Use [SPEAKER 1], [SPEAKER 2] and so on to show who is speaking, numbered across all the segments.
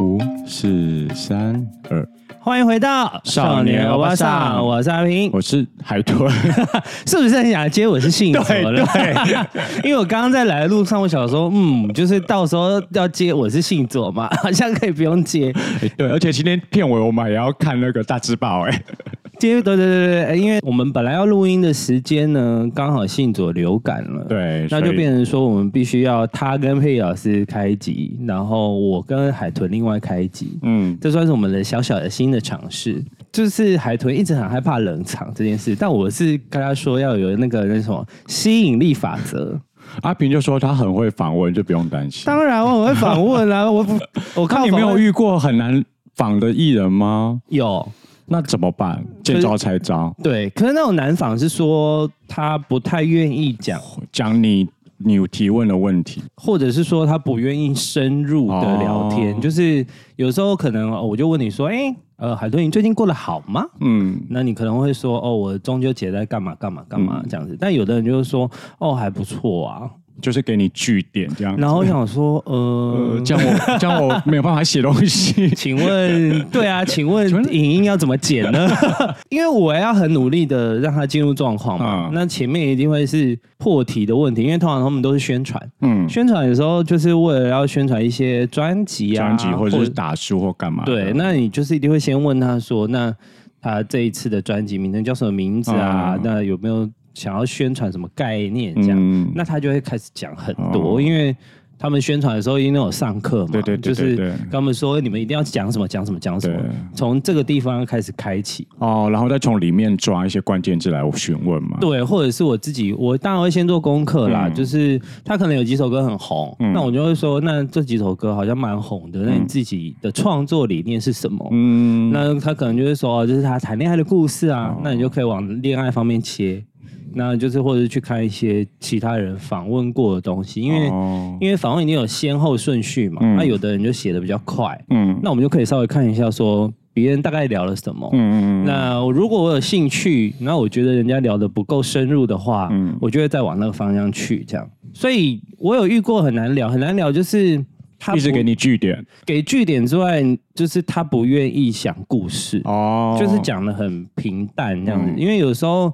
[SPEAKER 1] 五四三二，
[SPEAKER 2] 欢迎回到
[SPEAKER 1] 少年欧巴桑
[SPEAKER 2] 我是阿平。
[SPEAKER 1] 我是海豚。
[SPEAKER 2] 是不是很想接我是信佛了？ 因为我刚刚在来的路上，我想说，嗯，就是到时候要接我是信左嘛， 好像可以不用接。
[SPEAKER 1] 哎对，而且今天片尾我们也要看那个大字报哎、
[SPEAKER 2] 接对对对对，因为我们本来要录音的时间呢，刚好信左流感了，，
[SPEAKER 1] 对，
[SPEAKER 2] 那
[SPEAKER 1] 所
[SPEAKER 2] 就
[SPEAKER 1] 以
[SPEAKER 2] 变成说我们必须要他跟佩仪老师开一集，然后我跟海豚另外开一集。
[SPEAKER 1] 嗯，
[SPEAKER 2] 这算是我们的小小的新的尝试。就是海豚一直很害怕冷场这件事，但我是跟他说要有那个那什么吸引力法则。
[SPEAKER 1] 阿平就说他很会访问，就不用担心。
[SPEAKER 2] 当然我会访问啊，我不
[SPEAKER 1] 那
[SPEAKER 2] 我靠
[SPEAKER 1] 你没
[SPEAKER 2] 访
[SPEAKER 1] 有
[SPEAKER 2] 问
[SPEAKER 1] 遇过很难访的艺人吗？
[SPEAKER 2] 有
[SPEAKER 1] 那怎么办？见招拆招，
[SPEAKER 2] 对，可是那种难访是说他不太愿意讲，
[SPEAKER 1] 讲你你提问的问题。
[SPEAKER 2] 或者是说他不愿意深入的聊天，
[SPEAKER 1] 哦
[SPEAKER 2] 就是有时候可能哦我就问你说，哎、呃，海豚你最近过得好吗？
[SPEAKER 1] 嗯，
[SPEAKER 2] 那你可能会说，哦，我中秋节在干嘛干嘛干嘛这样子，但有的人就是说，哦，还不错啊，
[SPEAKER 1] 就是给你据点这样子。
[SPEAKER 2] 然后我想说，
[SPEAKER 1] 嗯呃
[SPEAKER 2] 呃，，
[SPEAKER 1] 这样我这样我没有办法写东西。
[SPEAKER 2] 请问，对啊，请问
[SPEAKER 1] 请问
[SPEAKER 2] 影音要怎么剪呢？ 因为我要很努力的让他进入状况嘛
[SPEAKER 1] 嗯。
[SPEAKER 2] 那前面一定会是破题的问题，因为通常他们都是宣传，
[SPEAKER 1] 嗯，
[SPEAKER 2] 宣传有时候就是为了要宣传一些专辑啊，
[SPEAKER 1] 专辑或者是打书或干嘛的。
[SPEAKER 2] 对，那你就是一定会先问他说，那他这一次的专辑名称叫什么名字啊？
[SPEAKER 1] 嗯
[SPEAKER 2] 那有没有想要宣传什么概念这样？
[SPEAKER 1] 嗯
[SPEAKER 2] 那他就会开始讲很多，
[SPEAKER 1] 哦
[SPEAKER 2] 因为他们宣传的时候一定有上课嘛，
[SPEAKER 1] 对对对对
[SPEAKER 2] 就是
[SPEAKER 1] 对
[SPEAKER 2] 跟他们说你们一定要讲什么讲什么讲什么
[SPEAKER 1] 对，
[SPEAKER 2] 从这个地方开始开启。
[SPEAKER 1] 哦，然后再从里面抓一些关键字来询问嘛。
[SPEAKER 2] 对，或者是我自己，我当然会先做功课啦。
[SPEAKER 1] 嗯
[SPEAKER 2] 就是他可能有几首歌很红，
[SPEAKER 1] 嗯
[SPEAKER 2] 那我就会说，那这几首歌好像蛮红的，那你自己的创作理念是什么？
[SPEAKER 1] 嗯，哦
[SPEAKER 2] 那他可能就会说，哦这是他谈恋爱的故事啊，那你就可以往恋爱方面切。那就是或者去看一些其他人访问过的东西，因为、
[SPEAKER 1] 哦
[SPEAKER 2] 因为访问一定有先后顺序嘛。
[SPEAKER 1] 嗯
[SPEAKER 2] 那有的人就写的比较快，
[SPEAKER 1] 嗯
[SPEAKER 2] 那我们就可以稍微看一下说别人大概聊了什么。
[SPEAKER 1] 嗯嗯嗯，
[SPEAKER 2] 那我如果我有兴趣，那我觉得人家聊的不够深入的话，
[SPEAKER 1] 嗯
[SPEAKER 2] 我就会再往那个方向去这样。所以我有遇过很难聊，很难聊就是他
[SPEAKER 1] 一直
[SPEAKER 2] 不
[SPEAKER 1] 给你据点
[SPEAKER 2] 给据点之外，就是他不愿意讲故事。
[SPEAKER 1] 哦，
[SPEAKER 2] 就是讲的很平淡这样子，
[SPEAKER 1] 嗯
[SPEAKER 2] 因为有时候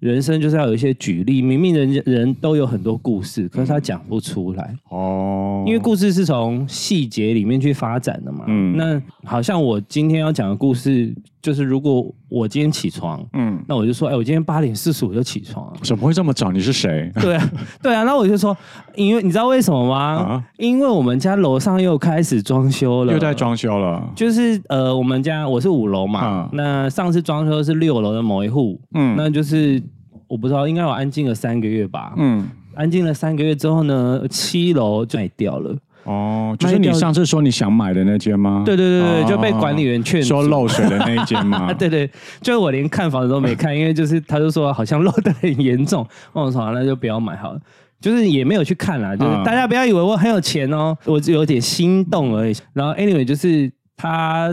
[SPEAKER 2] 人生就是要有一些举例，明明人家人都有很多故事，可是他讲不出来，
[SPEAKER 1] 嗯哦，
[SPEAKER 2] 因为故事是从细节里面去发展的嘛。
[SPEAKER 1] 嗯
[SPEAKER 2] 那好像我今天要讲的故事，就是如果我今天起床，
[SPEAKER 1] 嗯，
[SPEAKER 2] 那我就说，哎、我今天八点四十五就起床啊。
[SPEAKER 1] 怎么会这么早？你是谁？
[SPEAKER 2] 对啊， 对啊，那我就说，因为你知道为什么吗？
[SPEAKER 1] 啊
[SPEAKER 2] 因为我们家楼上又开始装修了，
[SPEAKER 1] 又在装修了。
[SPEAKER 2] 就是呃，我们家我是五楼嘛，
[SPEAKER 1] 嗯
[SPEAKER 2] 那上次装修是六楼的某一户，
[SPEAKER 1] 嗯
[SPEAKER 2] 那就是我不知道，应该有安静了三个月吧。
[SPEAKER 1] 嗯，
[SPEAKER 2] 安静了三个月之后呢，七楼就卖掉了。
[SPEAKER 1] 哦，就是你上次说你想买的那间吗？
[SPEAKER 2] 对对对对，
[SPEAKER 1] 哦
[SPEAKER 2] 就被管理员劝阻
[SPEAKER 1] 说。漏水的那一间吗
[SPEAKER 2] 啊，？对对，就是我连看房子都 没看，因为就是他就说好像漏得很严重，我说好那就不要买好了，就是也没有去看啦，就是
[SPEAKER 1] 嗯
[SPEAKER 2] 大家不要以为我很有钱哦，我只有点心动而已。然后 anyway 就是他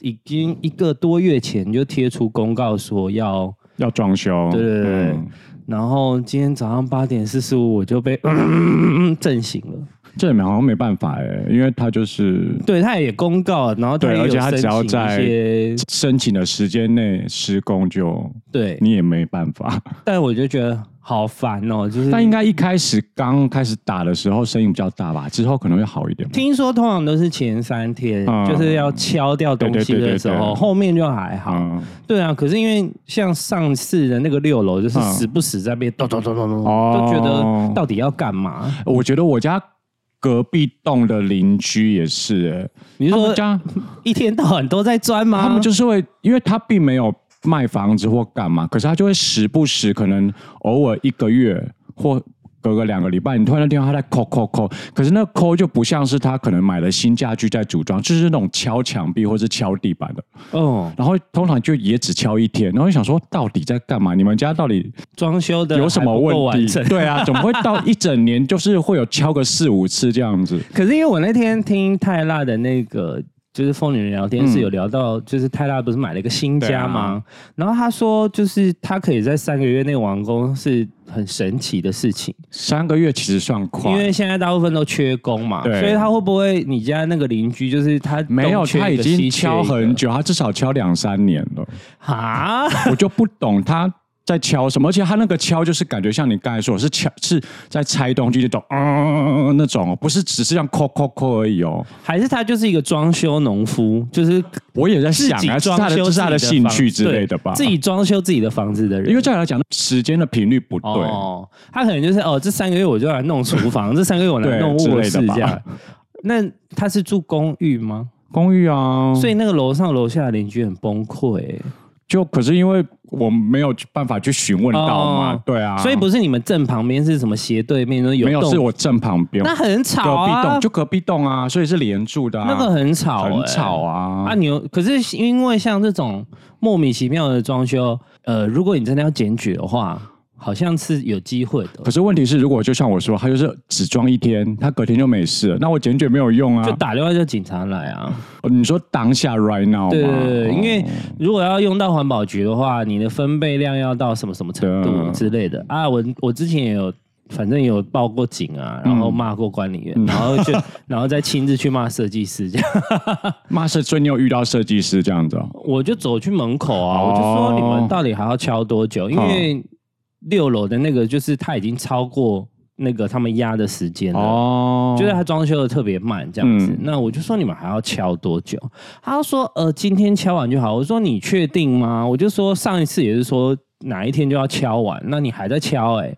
[SPEAKER 2] 已经一个多月前就贴出公告说要，
[SPEAKER 1] 要装修。
[SPEAKER 2] 对对对对
[SPEAKER 1] 嗯
[SPEAKER 2] 然后今天早上八点四十五我就被 震醒了。
[SPEAKER 1] 这里面好像没办法哎，因为它就是
[SPEAKER 2] 对，他也公告，然后他
[SPEAKER 1] 对
[SPEAKER 2] 也
[SPEAKER 1] 而
[SPEAKER 2] 有
[SPEAKER 1] 且他
[SPEAKER 2] 申
[SPEAKER 1] 只要
[SPEAKER 2] 请
[SPEAKER 1] 在
[SPEAKER 2] 一些
[SPEAKER 1] 申请的时间内施工就
[SPEAKER 2] 对，
[SPEAKER 1] 你也没办法。
[SPEAKER 2] 但我就觉得好烦哦，就是
[SPEAKER 1] 但应该一开始刚开始打的时候声音比较大吧，之后可能会好一点吧。
[SPEAKER 2] 听说通常都是前三天，
[SPEAKER 1] 嗯
[SPEAKER 2] 就是要敲掉东西的时
[SPEAKER 1] 对对对对
[SPEAKER 2] 候，
[SPEAKER 1] 对
[SPEAKER 2] 后面就还好。
[SPEAKER 1] 嗯，
[SPEAKER 2] 对啊，可是因为像上次的那个六楼，就是
[SPEAKER 1] 嗯
[SPEAKER 2] 时不时在那边咚咚咚咚咚，
[SPEAKER 1] 哦
[SPEAKER 2] 就觉得到底要干嘛？
[SPEAKER 1] 我觉得我家隔壁栋的邻居也是、欸，
[SPEAKER 2] 你是
[SPEAKER 1] 他
[SPEAKER 2] 说啊
[SPEAKER 1] 们家
[SPEAKER 2] 一天到晚都在钻吗？
[SPEAKER 1] 他们就是会，因为他并没有卖房子或干嘛，可是他就会时不时可能偶尔一个月或。隔个两个礼拜，你突然听到他在抠抠抠，可是那抠就不像是他可能买了新家具在组装，就是那种敲墙壁或是敲地板的，
[SPEAKER 2] 哦，
[SPEAKER 1] 然后通常就也只敲一天，然后就想说到底在干嘛？你们家到底
[SPEAKER 2] 装修的
[SPEAKER 1] 有什么
[SPEAKER 2] 还不够
[SPEAKER 1] 问
[SPEAKER 2] 完
[SPEAKER 1] 题
[SPEAKER 2] 整？
[SPEAKER 1] 对啊，怎么会到一整年就是会有敲个四五次这样子？
[SPEAKER 2] 可是因为我那天听泰辣的那个就是疯女人聊天
[SPEAKER 1] 嗯
[SPEAKER 2] 室有聊到，就是泰拉不是买了一个新家吗？
[SPEAKER 1] 啊
[SPEAKER 2] 然后他说，就是他可以在三个月内完工，是很神奇的事情，
[SPEAKER 1] 三个月其实算快，
[SPEAKER 2] 因为现在大部分都缺工嘛，
[SPEAKER 1] 对
[SPEAKER 2] 所以他会不会你家那个邻居就是他
[SPEAKER 1] 没有
[SPEAKER 2] 东缺一
[SPEAKER 1] 他
[SPEAKER 2] 个
[SPEAKER 1] 已
[SPEAKER 2] 西
[SPEAKER 1] 经
[SPEAKER 2] 缺
[SPEAKER 1] 敲
[SPEAKER 2] 一个
[SPEAKER 1] 很久，他至少敲两三年 了，
[SPEAKER 2] 啊？
[SPEAKER 1] 我就不懂他。在敲什么？而且他那个敲就是感觉像你刚才说，是敲是在拆东西那种，嗯那种哦，不是只是像扣扣扣而已哦。
[SPEAKER 2] 还是他就是一个装修农夫，就是
[SPEAKER 1] 我也在
[SPEAKER 2] 自
[SPEAKER 1] 想
[SPEAKER 2] 己
[SPEAKER 1] 啊，是
[SPEAKER 2] 装
[SPEAKER 1] 他的
[SPEAKER 2] 修
[SPEAKER 1] 这是他的
[SPEAKER 2] 自己
[SPEAKER 1] 兴
[SPEAKER 2] 房
[SPEAKER 1] 趣之
[SPEAKER 2] 对
[SPEAKER 1] 类的吧？
[SPEAKER 2] 自己装修自己的房子的人，
[SPEAKER 1] 因为再来讲，时间的频率不对，
[SPEAKER 2] 哦，他可能就是哦，这三个月我就来弄厨 房，这三个月我来弄
[SPEAKER 1] 对
[SPEAKER 2] 卧室
[SPEAKER 1] 之类的吧
[SPEAKER 2] 这样。 那他是住公寓吗？
[SPEAKER 1] 公寓啊，
[SPEAKER 2] 所以那个楼上楼下的邻居很崩溃欸、
[SPEAKER 1] 就可是因为我没有办法去询问到嘛，
[SPEAKER 2] 哦
[SPEAKER 1] 对啊，
[SPEAKER 2] 所以不是你们正旁边是什么斜对面都有
[SPEAKER 1] 没有
[SPEAKER 2] 栋
[SPEAKER 1] 是我正旁边，
[SPEAKER 2] 那很吵
[SPEAKER 1] 隔壁
[SPEAKER 2] 啊，
[SPEAKER 1] 栋就隔壁栋啊，所以是连住的、啊，
[SPEAKER 2] 那个很吵、欸，
[SPEAKER 1] 很吵啊，
[SPEAKER 2] 啊，你有可是因为像这种莫名其妙的装修，呃，如果你真的要检举的话，好像是有机会的，
[SPEAKER 1] 可是问题是，如果就像我说，他就是只装一天，他隔天就没事了，那我检举没有用啊
[SPEAKER 2] 就。打电话叫警察来啊。
[SPEAKER 1] 哦你说当下 right now 吗？
[SPEAKER 2] 对对对对，
[SPEAKER 1] 哦
[SPEAKER 2] 因为如果要用到环保局的话，你的分贝量要到什么什么
[SPEAKER 1] 对
[SPEAKER 2] 程
[SPEAKER 1] 啊
[SPEAKER 2] 度之类的啊。我我之前也有，反正也有报过警啊，
[SPEAKER 1] 嗯
[SPEAKER 2] 然后骂过管理员，然后 就然后再亲自去骂设计师这样。
[SPEAKER 1] 妈是最你有遇到设计师这样子、哦，
[SPEAKER 2] 我就走去门口啊，
[SPEAKER 1] 哦嗯
[SPEAKER 2] 我就说你们到底还要敲多久？因为六楼的那个就是他已经超过那个他们压的时间了。
[SPEAKER 1] 哦
[SPEAKER 2] 就是他装修的特别慢这样子，
[SPEAKER 1] 嗯
[SPEAKER 2] 那我就说你们还要敲多久？他就说呃今天敲完就好。我说你确定吗？我就说上一次也是说哪一天就要敲完，那你还在敲哎、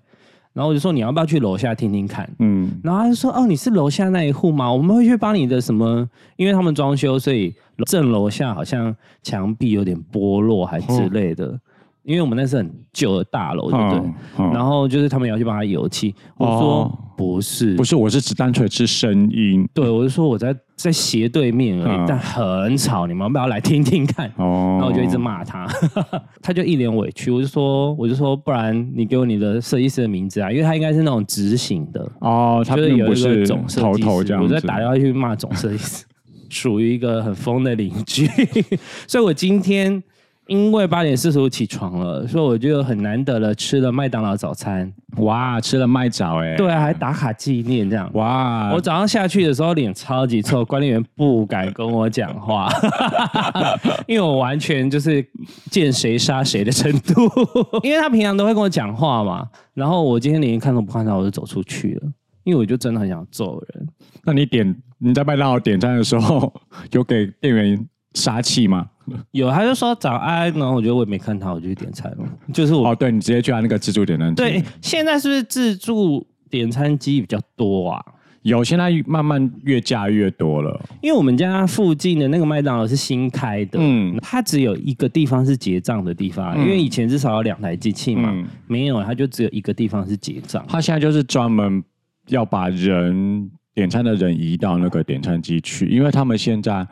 [SPEAKER 2] 然后我就说你要不要去楼下听听看？
[SPEAKER 1] 嗯，
[SPEAKER 2] 然后他就说哦你是楼下那一户吗？我们会去帮你的什么？因为他们装修，所以正楼下好像墙壁有点剥落还之类的。因为我们那是很旧的大楼，对不对？
[SPEAKER 1] 嗯
[SPEAKER 2] 然后就是他们要去帮他油漆，我说、
[SPEAKER 1] 哦
[SPEAKER 2] 不是，
[SPEAKER 1] 不是，我是只单纯是声音
[SPEAKER 2] 对，我就说我在在斜对面而已，
[SPEAKER 1] 嗯
[SPEAKER 2] 但很吵，你们要不要来听听看？
[SPEAKER 1] 哦。
[SPEAKER 2] 然后我就一直骂他， 他就一脸委屈。我就说，我就说，不然你给我你的设计师的名字啊，因为他应该是那种执行的，
[SPEAKER 1] 哦，他
[SPEAKER 2] 就是
[SPEAKER 1] 并
[SPEAKER 2] 有
[SPEAKER 1] 不
[SPEAKER 2] 一个
[SPEAKER 1] 是
[SPEAKER 2] 总设
[SPEAKER 1] 头
[SPEAKER 2] 计师。
[SPEAKER 1] 头这样
[SPEAKER 2] 我
[SPEAKER 1] 子。
[SPEAKER 2] 在打电话去骂总设计师， 属于一个很疯的邻居， 所以我今天。因为八点四十五起床了，所以我就很难得了吃了麦当劳早餐，
[SPEAKER 1] 哇，吃了麦枣哎、
[SPEAKER 2] 对啊，还打卡纪念这样。
[SPEAKER 1] 哇，
[SPEAKER 2] 我早上下去的时候脸超级臭，管理员不敢跟我讲话，因为我完全就是见谁杀谁的程度。因为他平常都会跟我讲话嘛，然后我今天连看都不看他，我就走出去了，因为我就真的很想揍人。
[SPEAKER 1] 那你点你在麦当劳点餐的时候，有给店员杀气吗？
[SPEAKER 2] 有他就说早安，然后我觉得我也没看他，我就去点餐了。就是我、
[SPEAKER 1] 哦，对你直接去按那个自助点餐机。
[SPEAKER 2] 对现在是不是自助点餐机比较多啊？
[SPEAKER 1] 有，现在慢慢越加越多了。
[SPEAKER 2] 因为我们家附近的那个麦当劳是新开的，
[SPEAKER 1] 嗯
[SPEAKER 2] 它只有一个地方是结账的地方，因为以前至少有两台机器嘛，
[SPEAKER 1] 嗯
[SPEAKER 2] 没有，它就只有一个地方是结账。
[SPEAKER 1] 他现在就是专门要把人点餐的人移到那个点餐机去，因为他们现在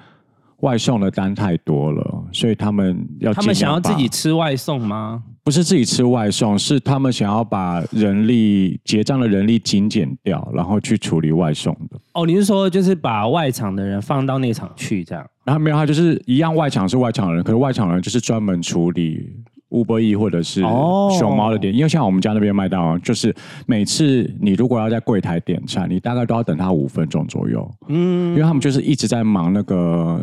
[SPEAKER 1] 外送的单太多了，所以他们要
[SPEAKER 2] 他们
[SPEAKER 1] 尽
[SPEAKER 2] 想
[SPEAKER 1] 量
[SPEAKER 2] 要自
[SPEAKER 1] 把
[SPEAKER 2] 己吃外送吗？
[SPEAKER 1] 不是自己吃外送，是他们想要把人力结账的人力精简掉，然后去处理外送的。
[SPEAKER 2] 哦，你是说就是把外场的人放到内场去这样？
[SPEAKER 1] 然后没有，他就是一样，外场是外场人，可是外场人就是专门处理 Uber E 或者是
[SPEAKER 2] 哦
[SPEAKER 1] 熊猫的点，因为像我们家那边麦当劳，就是每次你如果要在柜台点餐，你大概都要等他五分钟左右，因
[SPEAKER 2] 嗯，
[SPEAKER 1] 为他们就是一直在忙那个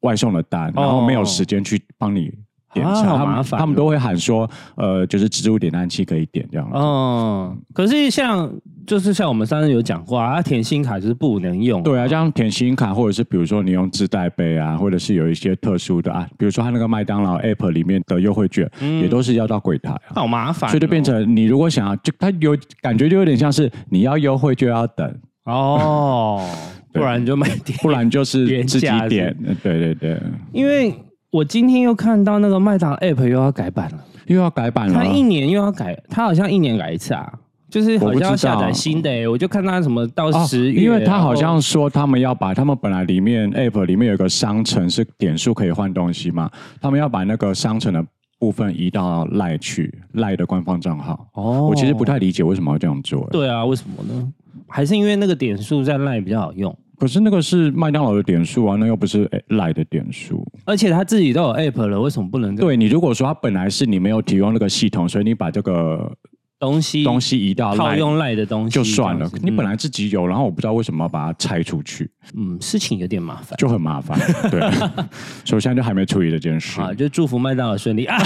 [SPEAKER 1] 外送的单，然后没有时间去帮你点餐，
[SPEAKER 2] 哦啊好
[SPEAKER 1] 他们
[SPEAKER 2] 麻烦哦
[SPEAKER 1] 他们都会喊说，呃，就是自助点餐器可以点这样。
[SPEAKER 2] 哦，可是像就是像我们上次有讲过啊，甜心卡就是不能用。
[SPEAKER 1] 对啊，像点心卡，或者是比如说你用自带杯啊，或者是有一些特殊的啊，比如说它那个麦当劳 App 里面的优惠券，也都是要到柜台啊。
[SPEAKER 2] 嗯好麻烦哦、
[SPEAKER 1] 所以就变成你如果想要，就它有感觉就有点像是你要优惠就要等，
[SPEAKER 2] 哦，不
[SPEAKER 1] 对
[SPEAKER 2] 然你就买点
[SPEAKER 1] 不然就是
[SPEAKER 2] 原
[SPEAKER 1] 自己
[SPEAKER 2] 价是
[SPEAKER 1] 点。呃对对对，
[SPEAKER 2] 因为我今天又看到那个麦当劳 app 又要改版了，
[SPEAKER 1] 又要改版了哦
[SPEAKER 2] 它。一年又要改，它好像一年改一次啊，就是好
[SPEAKER 1] 我不知
[SPEAKER 2] 像
[SPEAKER 1] 道啊
[SPEAKER 2] 要下载新的、欸，我就看它什么到
[SPEAKER 1] 哦
[SPEAKER 2] 十月、
[SPEAKER 1] 因为他好
[SPEAKER 2] 然后
[SPEAKER 1] 像说他们要把他们本来里面 App 里面有个商城是点数可以换东西嘛，他们要把那个商城的部分移到赖去赖的官方账号。
[SPEAKER 2] 哦
[SPEAKER 1] 我其实不太理解为什么要这样做。欸
[SPEAKER 2] 对啊，为什么呢？还是因为那个点数在 line 比较好用
[SPEAKER 1] 可是那个是麦当劳的点数啊，那又不是诶赖的点数。
[SPEAKER 2] 而且他自己都有 app 了，为什么不能这个
[SPEAKER 1] 对你如果说它本来是你没有提供那个系统，所以你把这个
[SPEAKER 2] 东西
[SPEAKER 1] 东西移到
[SPEAKER 2] 套
[SPEAKER 1] 赖
[SPEAKER 2] 用赖的东西
[SPEAKER 1] 就算了
[SPEAKER 2] 这样子。
[SPEAKER 1] 你本来自己有，然后我不知道为什么要把它拆出去，
[SPEAKER 2] 嗯嗯事情有点麻烦
[SPEAKER 1] 就很麻烦。 对，所以我现在就还没处理这件事。
[SPEAKER 2] 啊，就祝福麦当劳顺利 啊，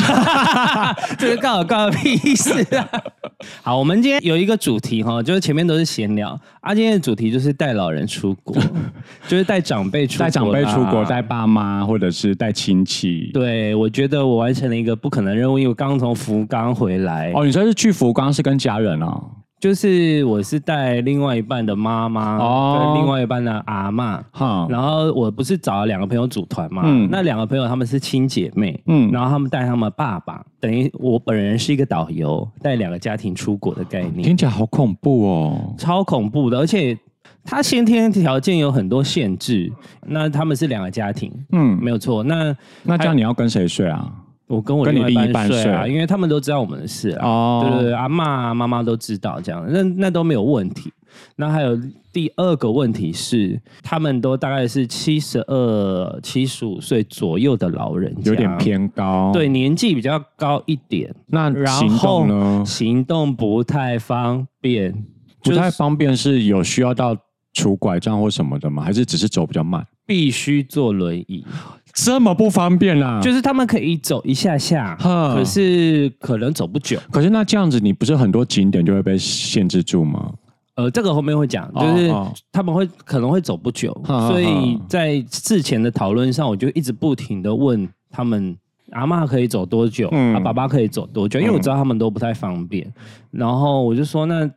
[SPEAKER 2] 这个告我告我屁事 啊！好，我们今天有一个主题哈，就是前面都是闲聊啊，今天的主题就是带老人出 国，就是带长辈出国啦，
[SPEAKER 1] 带长辈出国，带爸妈或者是带亲戚。
[SPEAKER 2] 对，我觉得我完成了一个不可能任务，因为我刚从福冈回来，
[SPEAKER 1] 哦，你说是去福冈是跟家人啊？
[SPEAKER 2] 就是我是带另外一半的妈妈、
[SPEAKER 1] 哦
[SPEAKER 2] 跟另外一半的阿嬷。
[SPEAKER 1] 哈，
[SPEAKER 2] 然后我不是找了两个朋友组团嘛，
[SPEAKER 1] 嗯
[SPEAKER 2] 那两个朋友他们是亲姐妹，
[SPEAKER 1] 嗯
[SPEAKER 2] 然后他们带他们爸爸，等于我本人是一个导游，带两个家庭出国的概念，
[SPEAKER 1] 听起来好恐怖哦。
[SPEAKER 2] 超恐怖的，而且他先天条件有很多限制，那他们是两个家庭，
[SPEAKER 1] 嗯，
[SPEAKER 2] 没有错，那
[SPEAKER 1] 那这样你要跟谁睡啊？
[SPEAKER 2] 我跟我
[SPEAKER 1] 跟你
[SPEAKER 2] 另外
[SPEAKER 1] 另一半
[SPEAKER 2] 睡啊，
[SPEAKER 1] 睡
[SPEAKER 2] 因为他们都知道我们的事啊，
[SPEAKER 1] 哦
[SPEAKER 2] 对对对，阿妈妈妈都知道这样，那那都没有问题。那还有第二个问题是，他们都大概是七十二、七十五岁左右的老人家，
[SPEAKER 1] 有点偏高。，
[SPEAKER 2] 对年纪比较高一点，
[SPEAKER 1] 那
[SPEAKER 2] 然
[SPEAKER 1] 行动
[SPEAKER 2] 后
[SPEAKER 1] 呢？
[SPEAKER 2] 行动不太方便，
[SPEAKER 1] 不太
[SPEAKER 2] 就是
[SPEAKER 1] 方便，是有需要到拄拐杖或什么的吗？还是只是走比较慢？
[SPEAKER 2] 必须坐轮椅，
[SPEAKER 1] 这么不方便啦、
[SPEAKER 2] 就是他们可以走一下下，
[SPEAKER 1] 哼
[SPEAKER 2] 可是可能走不久。
[SPEAKER 1] 可是那这样子，你不是很多景点就会被限制住吗？
[SPEAKER 2] 呃，这个后面会讲，
[SPEAKER 1] 哦
[SPEAKER 2] 就是
[SPEAKER 1] 哦
[SPEAKER 2] 他们会可能会走不久，
[SPEAKER 1] 哼
[SPEAKER 2] 所以
[SPEAKER 1] 哼
[SPEAKER 2] 在事前的讨论上，我就一直不停的问他们。阿嬷可以走多久？
[SPEAKER 1] 嗯
[SPEAKER 2] 啊，爸爸可以走多久？因为我
[SPEAKER 1] 嗯
[SPEAKER 2] 知道他们都不太方便。然后我就说，那